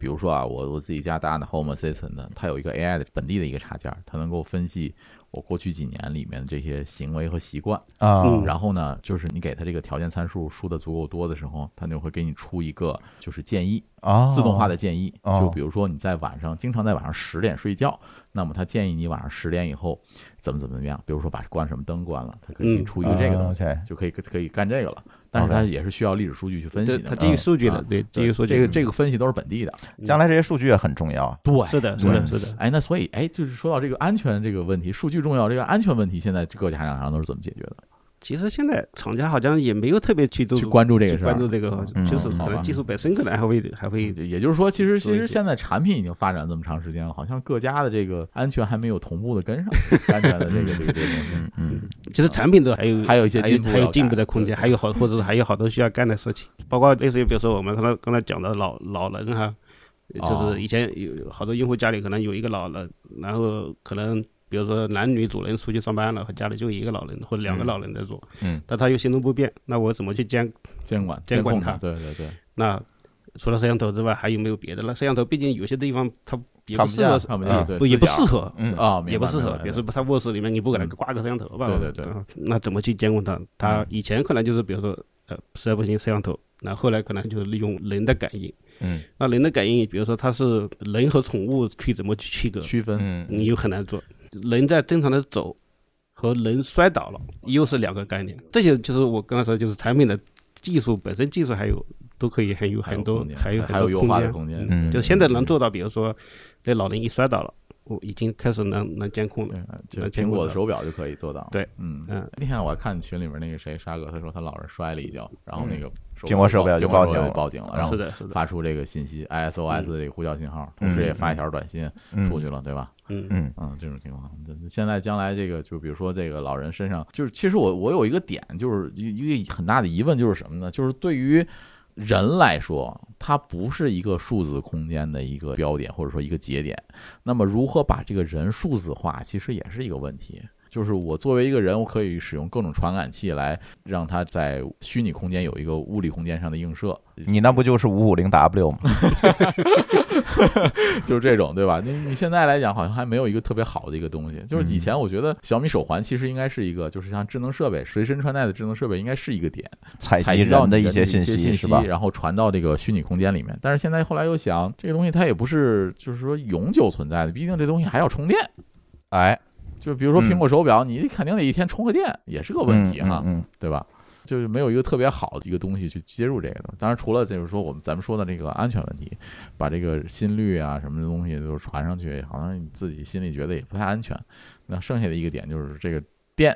比如说啊，我我自己家搭的 Home Assistant，呢它有一个 AI 的本地的一个插件，它能够分析我过去几年里面的这些行为和习惯。
啊，
嗯
然后呢，就是你给它这个条件参数输的足够多的时候，它就会给你出一个就是建议，
哦
啊，
自动化的建议。
哦
就比如说你在晚上经常在晚上十点睡觉，那么它建议你晚上十点以后怎么怎么怎么样，比如说把关什么灯关了，它可以给你
嗯
出一个这个东西，
西，
就可以可以干这个了。但是
OK
它也是需要历史数据去分析
对，
的
它
嘛。
基于数据的
啊，
对，基
对
于数据。
这个这个分析都是本地的，
将来这些数据也很重要啊，
对
是的，是的，
嗯
是的。
哎，那所以哎，就是说到这个安全这个问题，数据重要，这个安全问题，现在各家长上都是怎么解决的？
其实现在厂家好像也没有特别去都
去关注这个
去
事儿，
关注这个
嗯，
就是
好吧
可
嗯
能技术本身可能还会还会
也就是说，其实其
做一
实
些
现在产品已经发展这么长时间了，好像各家的这个安全还没有同步的跟上安全的这 个这个这个东
嗯
其实产品都还有
还有一些
嗯还有
进步
还
要
有
干
进步的空间，
对
还有好或者是还有好多需要干的事情，包括类似于比如说我们刚才刚才讲的老老人哈，
哦
就是以前有好多用户家里可能有一个老人，然后可能。比如说男女主人出去上班了，和家里就一个老人或者两个
嗯
老人在做，
嗯，
但他又行动不便，那我怎么去监
西，监管
监管
控
它
它，对对对，
那除了摄像头之外，还有没有别的了？摄像头毕竟有些地方它也
看
不
不
适
见
合，
看不
啊
见，对，
不也
死
不
角
适合，
嗯
啊，明
也不
白
适合
明。白嗯
比如说他卧室里面，你不可能挂个摄像头吧？
对对对嗯
吧。那怎么去监控他？他以前可能就是比如说呃实在不行摄像头，那后来可能就是利用人的感应。
嗯
那人的感应，比如说它是人和宠物去怎么去区隔，
区分，
嗯
你又很难做。人在正常的走和人摔倒了又是两个概念。这些就是我刚才说，就是产品的技术本身技术还有都可以很有
还有
很多
空间
还有
还有
很多
优化的
空
空间
间。
嗯
就现在能做到，比如说那老人一摔倒了，我已经开始能能监控了。
对，就
能
苹
监
果
控
的
它
手表就可以做到。
对，
嗯
嗯
那天我看群里面那个谁沙哥，他说他老人摔了一跤，然后那个
苹果手表就
苹果
报警
手
了
报警了，啊然后
嗯是的，是的，
发出这个信息 ISOS 的这个呼叫信号，同时也发一条短信
嗯
出去了，对吧？
嗯
嗯
嗯，这种情况，这现在将来这个，就比如说这个老人身上，就是其实我我有一个点，就是一一个很大的疑问，就是什么呢？就是对于人来说，它不是一个数字空间的一个标点或者说一个节点。那么如何把这个人数字化，其实也是一个问题。就是我作为一个人，我可以使用各种传感器来让它在虚拟空间有一个物理空间上的映射，
你那不就是五五零 W 吗？
就是这种，对吧？你你现在来讲，好像还没有一个特别好的一个东西。就是
嗯
以前我觉得小米手环其实应该是一个，就是像智能设备随身穿戴的智能设备，应该是一个点，
采
采
集
集到
人的
你
一
一
些
信
息是吧？
然后传到这个虚拟空间里面。但是现在后来又想，这个东西它也不是就是说永久存在的，毕竟这东西还要充电。
哎，
就比如说
嗯
苹果手表，你肯定得一天充个电，也是个问题哈。
嗯，
对吧？就是没有一个特别好的一个东西去接入这个东西。当然，除了就是说我们咱们说的这个安全问题，把这个心率啊什么的东西都传上去，好像你自己心里觉得也不太安全。那剩下的一个点就是这个电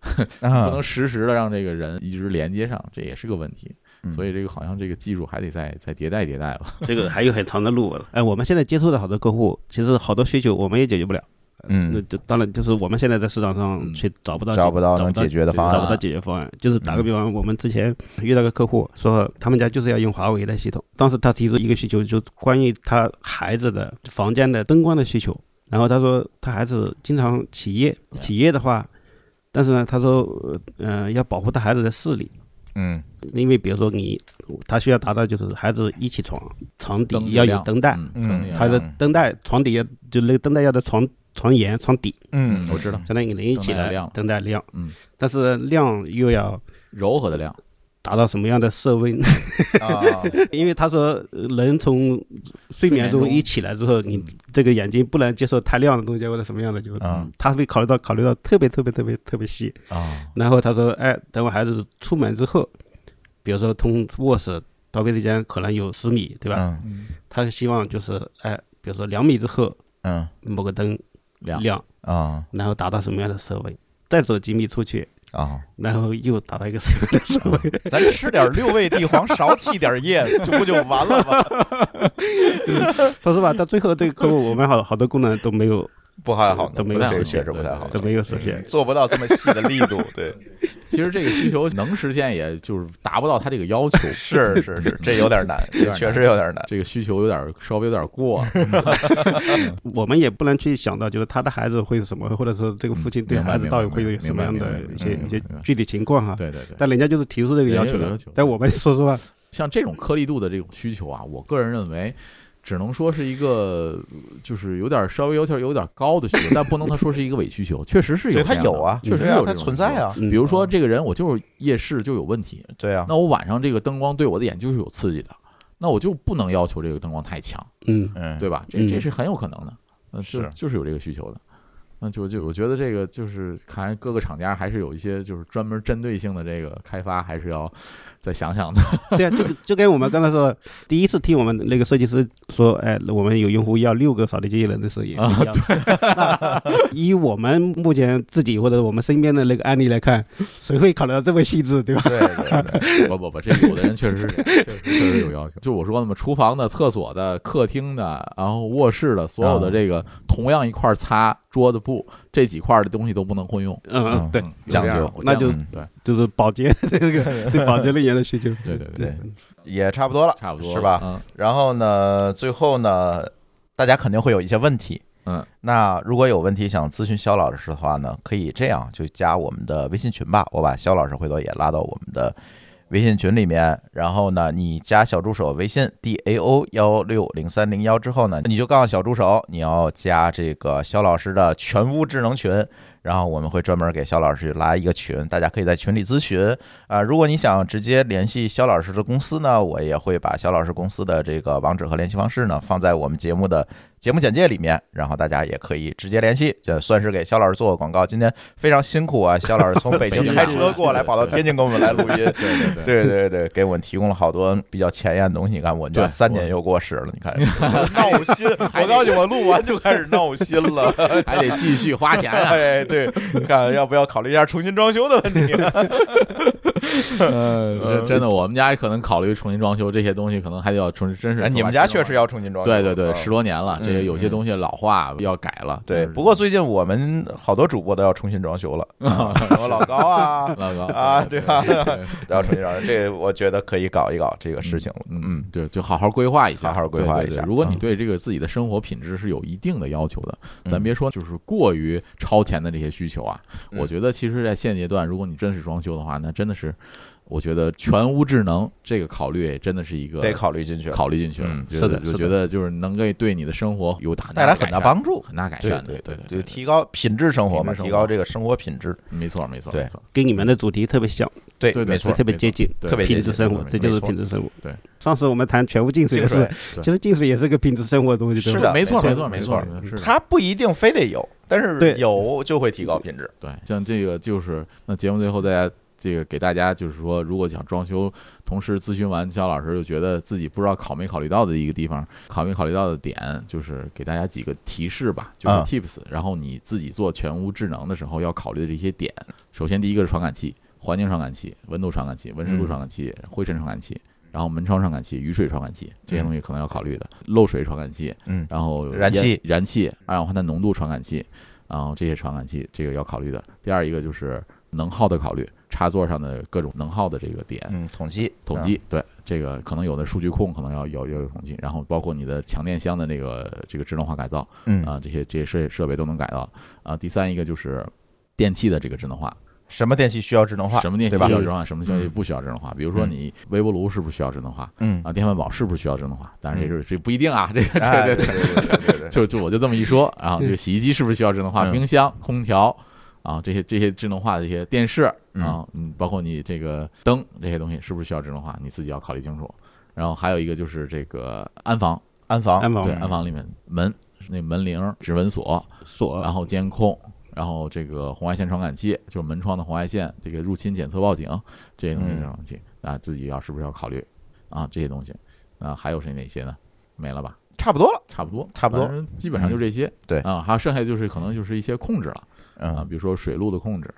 嗯
不
啊
能实时的让这个人一直连接上，这也是个问题。
嗯
所以这个好像这个技术还得再再迭代迭代吧。
这个还有很长的路。哎，我们现在接触的好多客户，其实好多需求我们也解决不了。那
嗯，
就当然就是我们现在在市场
嗯
上去找不到
找不到
找
能
不到
解决的
啊
方
找不
案，
到解决方案。就是打个比方，我们之前遇到个客户说，他们家就是要用华为的系统。当时他提出一个需求，就关于他孩子的房间的灯光的需求。然后他说，他孩子经常
嗯
起夜，起夜的话，但是呢，他说，呃，要保护他孩子的视力。
嗯，
因为比如说你，他需要达到就是孩子一起床，床
灯
底要有
亮
灯带，
嗯灯也
嗯
他的灯带床底下就那个灯带要在床床沿床底，
嗯，
我知道
相当于你连一起
灯带要
来
亮
灯带亮，
嗯，
但是亮又要
柔和的亮，
达到什么样的色温？
啊，
因为他说呃人从
睡
睡眠
眠
中
中
一起来之后，你这个眼睛不能接受太亮的东西或者什么样的，就
嗯
他会考虑到考虑到特别特别特别特别细。
啊，
然后他说，哎，等我孩子出门之后，比如说从卧室到卫生间可能有十米，对吧？
嗯
嗯，
他希望就是哎，比如说两米之后
嗯
某个灯
亮，
亮，
啊
然后达到什么样的色温，再走几米出去，
啊，
然后又达到一个什么样的色温。
咱吃点六味地黄，少起点叶，这不就完了吗？
说实话，到最后这个客户，我们好好多功能都没有
不太好弄，
都没有
这个
实
确
现
实不太好
都
弄，
没有实现。
做不到这么细的力 度，对，
其实这个需求能实现，也就是达不到他这个要求，
是是 是，这有点难，
有点
这
难
确实有点难，
这个需求有点稍微有点过，
我们也不能去想到，就是他的孩子会是什么，或者说这个父亲对
明白
孩子到底
明白
会有什么样
明白
的
明白
一些
明白
一些
明白
具体情况哈。
对对对。
但人家就是提出这个
人家
要求
有要
的
求，
但我们说实话，
像这种颗粒度的这种需求啊，我个人认为，只能说是一个呃就是有点稍微有点有点高的需求，但不能他说是一个伪需求，确实是有
对
这
它
样的，
有啊，
确实
对啊
有这
它
种
存在啊，
需求。比如说这个人，我就是夜视就有问题，
对啊，
那我晚上这个灯光对我的眼睛是有刺激的，那我就不能要求这个灯光太强，
嗯，
嗯，
对吧？这
嗯
这是很有可能的，嗯，就是就是有这个需求的。那就就我觉得这个就是看来各个厂家还是有一些就是专门针对性的这个开发，还是要再想想的。
对啊， 就跟就跟我们刚才说，第一次听我们那个设计师说，哎，我们有用户要六个扫地机器人的时候也是一样的。那以我们目前自己或者我们身边的那个案例来看，谁会考虑到这么细致，对吧？
对对对，
不不不，这有的人确实是这样，确实确实有要求。就我说的嘛，厨房的、厕所的、客厅的，然后卧室的，所有
啊
的这个同样一块擦桌子布这几块的东西都不能混用，
嗯，对，
嗯有这样
讲究
的我
那
见过
就
对
就是保洁 这个对保洁人员的需求。
对对
对，也差不多 了，
差不多
是吧？
嗯
然后呢，最后呢，大家肯定会有一些问题。
嗯，
那如果有问题想咨询肖老师的话呢，可以这样，就加我们的微信群吧。我把肖老师回头也拉到我们的微信群里面。然后呢，你加小助手微信 d a o 幺六零三零幺之后呢，你就告诉小助手你要加这个肖老师的全屋智能群。然后我们会专门给肖老师拉一个群，大家可以在群里咨询。啊、如果你想直接联系肖老师的公司呢，我也会把肖老师公司的这个网址和联系方式呢放在我们节目的节目简介里面，然后大家也可以直接联系，这算是给肖老师做个广告。今天非常辛苦啊，肖老师从北京
北京
开车过来，
对
跑到天津跟我们来录音。
对嗯对对。
对对对，给我们提供了好多比较前沿的东西。你看，我们家
对
三年又过时了，你看闹心。 我告诉你，我录完就开始闹心了。
还得继续花 钱啊！
哎，对，看要不要考虑一下重新装修的 问题？
呃真的，我们家可能考虑重新装修这些东西，可能还得要重，真是
哎，你们家确
要。
实要重新装修。
对对对，
嗯
十多年了，这
嗯
个有些
嗯
东西老化要改了。
对，
就是，
不过最近我们好多主播都要重新装修了，啊什么老高啊
老高
啊对吧
对
都要重新装修，这我觉得可以搞一搞这个事情了。
嗯，对，就好好规划一下，
好好规划一下
对对对
嗯
如果你对这个自己的生活品质是有一定的要求的，
嗯
咱别说就是过于超前的这些需求啊，
嗯
我觉得其实，在现阶段，如果你真是装修的话，那真的是，我觉得全屋智能这个考虑真的是一个
得考虑进去了，
考虑进去了
嗯，
觉
是
得
的
就是
的
觉得就是能够对你的生活有很
带来
大的
很
改
大
善
帮助。
很大改
对
善的
对，
对
就
对，
提高品质生活嘛，
品质生活
提高这个生活品质。
没错没错
对
没错，
跟你们的主题特别像，
对
对对
没
就
错
对。
特别接近，
对
特别接
品
近
质生活
没，错
这就
没
是
错
品质生活。
对，
上次我们谈全屋 净水的
净
事
水，
对
其实净水也是个品质生活的东西，对
是
吧？
的
没错
没
没
错
错
没
没
错
错，是的
它不一定非得有，但是
对
有就会提高品质。
对，像这个就是那节目最后大家这个给大家就是说，如果想装修，同时咨询完肖老师就觉得自己不知道考没考虑到的一个地方，考没考虑到的点，就是给大家几个提示吧，就是
啊
tips、然后你自己做全屋智能的时候要考虑的这些点，首先第一个是传感器，环境传感器、温度传感器、温湿度传感器、灰尘传感器。然后门窗传感器、雨水传感器这些东西可能要考虑的，漏水传感器，
嗯
然后
燃
烟
气、
燃气、二氧化碳浓度传感器，然后这些传感器这个要考虑的。第二一个就是能耗的考虑，插座上的各种能耗的这个点
嗯，统计
统计，对这个可能有的数据控可能要要要有统计，然后包括你的强电箱的这个这个智能化改造
嗯
啊啊，这些这些设设备都能改造啊。第三一个就是电器的这个智能化。
什么电器需要智能化，
什么电器
对吧
需要智能化，什么消息
嗯
不需要智能化。比如说
嗯
你微波炉是不是需要智能化
嗯，
啊？电饭煲是不是需要智能化？当然
嗯
这就是这不一定啊，这个
哎
这
对
个
对对对 对对，
就就我就这么一说啊，这个洗衣机是不是需要智能化？
嗯
冰箱、空调啊，这些这些智能化的一些电视啊，嗯，包括你这个灯这些东西是不是需要智能化？你自己要考虑清楚。然后还有一个就是这个安防，
安防，
安防
对安防里面门是那门铃、指纹锁，
锁
然后监控，然后这个红外线传感器，就是门窗的红外线，这个入侵检测报警这些东西
嗯
这种东西，啊，自己要是不是要考虑啊这些东西？啊，还有是哪些呢？没了吧？
差不多了，
差不多，
差不多嗯
反正基本上就这些。
对
啊，还有剩下就是可能就是一些控制了啊，
嗯，
比如说水路的控制，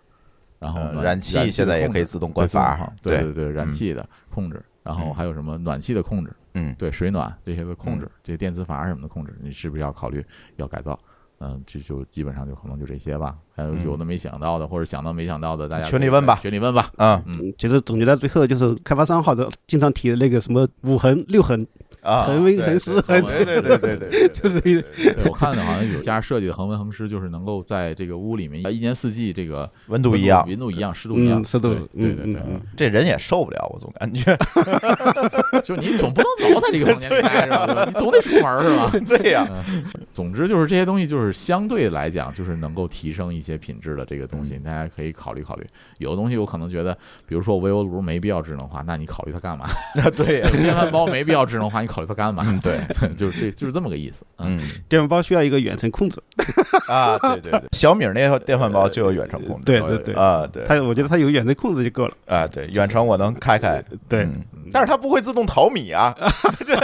然后
呃
暖
燃
气的
气现在也
控
可以
制
自动
对
关
自动
阀
化，对
对，
对对，燃气的控制，然后
嗯
还有什么暖气的控制，
嗯
对，水暖这些的控制，这些电磁阀什么的控制，你是不是要考虑要改造？嗯，这就基本上就可能就这些吧。还有
嗯
有的没想到的，或者想到没想到的，大家
群
可以
里问
在
吧
群 里问吧。
嗯
其实总结到最后，就是开发商好多经常提的那个什么五横、六横，
啊，
恒温
对
恒湿恒
对对对对对对，对
就是一
对我看的好像有家设计的恒温恒湿，就是能够在这个屋里面一年四季这个
温度一样，
温度一样，湿度一样，
嗯，是的，
对对对
嗯
对
嗯，嗯
这人也受不了，我总感 觉，
对，就是你总不能老在这个房间里待着吧，你总得出门儿是吧？ 嗯
对呀，
总之就是这些东西，就是相对来讲，就是能够提升一些品质的这个东西，
嗯
大家可以考虑考虑。有的东西我可能觉得，比如说微波炉没必要智能化，那你考虑它干 嘛？
对呀，
电饭煲没必要智能化，你考虑它干嘛？
嗯对，
就是这就是这么个意思。嗯，
嗯
电饭煲需要一个远程控制，
啊，对对对，小米儿那套电饭煲就有远程控制，
对
有
对
有
对，
啊，对，
它我觉得它有远程控制就够了，
啊，对，远程我能开开，
对，
嗯，但是它不会自动淘米 啊，这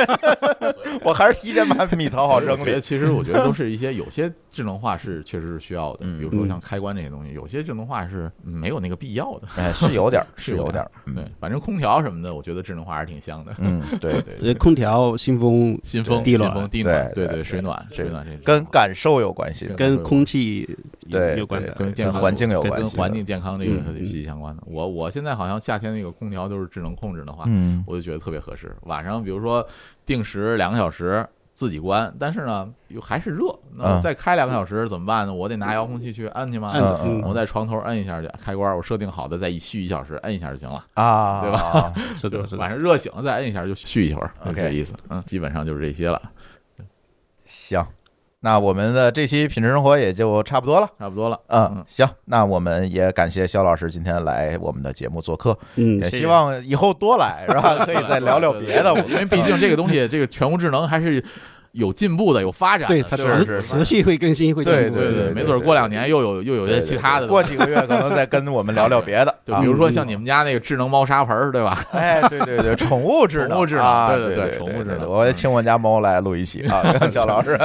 我还是提前把米淘好
所以我
扔
觉得
里，
其实我觉得都是 一些有些智能化是确实是需要的，
嗯
比如说像开关这些东西，有些智能化是没有那个必要的。
哎，是有点儿，
是
是有
有
点儿，嗯
对，反正空调什么的，我觉得智能化还是挺香的。
嗯，对 对，
呃，空调、新风
新风、
地
新
暖
风、地暖，
对
对
对对
水暖、
这
水暖这
跟感受有关系的，
跟空气有
对
有关的，
跟健
跟
康
环境有
跟
关
跟
系
环
的
境健康这个
嗯
是息息相关的。我我现在好像夏天那个空调都是智能控制的话，
嗯
我就觉得特别合适。晚上比如说定时两个小时自己关，但是呢又还是热，那我
嗯
再开两个小时怎么办呢？我得拿遥控器去摁去吗？
按着
嗯
我在床头摁一下去，开关我设定好的，再一续一小时，摁一下就行了。
啊，
对
吧？
是的，
就是晚
的，
上热醒了再摁一下就续一会儿，就
OK
这意思。嗯，基本上就是这些了，
行，那我们的这期品质生活也就差不多了。
差不多了。
嗯
嗯，
行，那我们也感谢肖老师今天来我们的节目做客，
嗯
也，希望以后多来，是 吧？可以再聊聊 别的。我
因为毕竟这个东西，这个全屋智能还是有进步的，有发展的。
对它
是不是
持持续会更新，会进
对
步
对
的
对
没准儿过两年又有又有一些其他的
过
东西。
几个月可能再跟我们聊聊别 的。
就
啊
比如说像你们家那个智能猫砂盆儿，对吧？
哎，对对对，宠物智能，
宠物智能
啊
对
对
对对
对，
宠物
对
智
对
能
我也请我家猫来录一期 啊，跟肖老师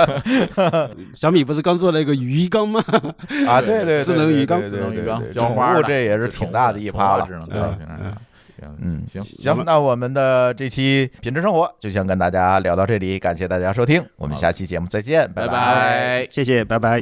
小米不是刚做了一个鱼缸吗？
啊，对对，对
智能鱼缸
对
智
对
能
对
鱼
对
缸
对、
浇
宠
花
物
的，
这也是
就宠
挺
物
大的一
宠
趴
物
了
智。能
对
对，平常是行
嗯
行，
行，那我们的这期品质生活就先跟大家聊到这里，感谢大家收听，我们
好
下期节目再见，
拜
拜。
拜。
谢谢，拜拜。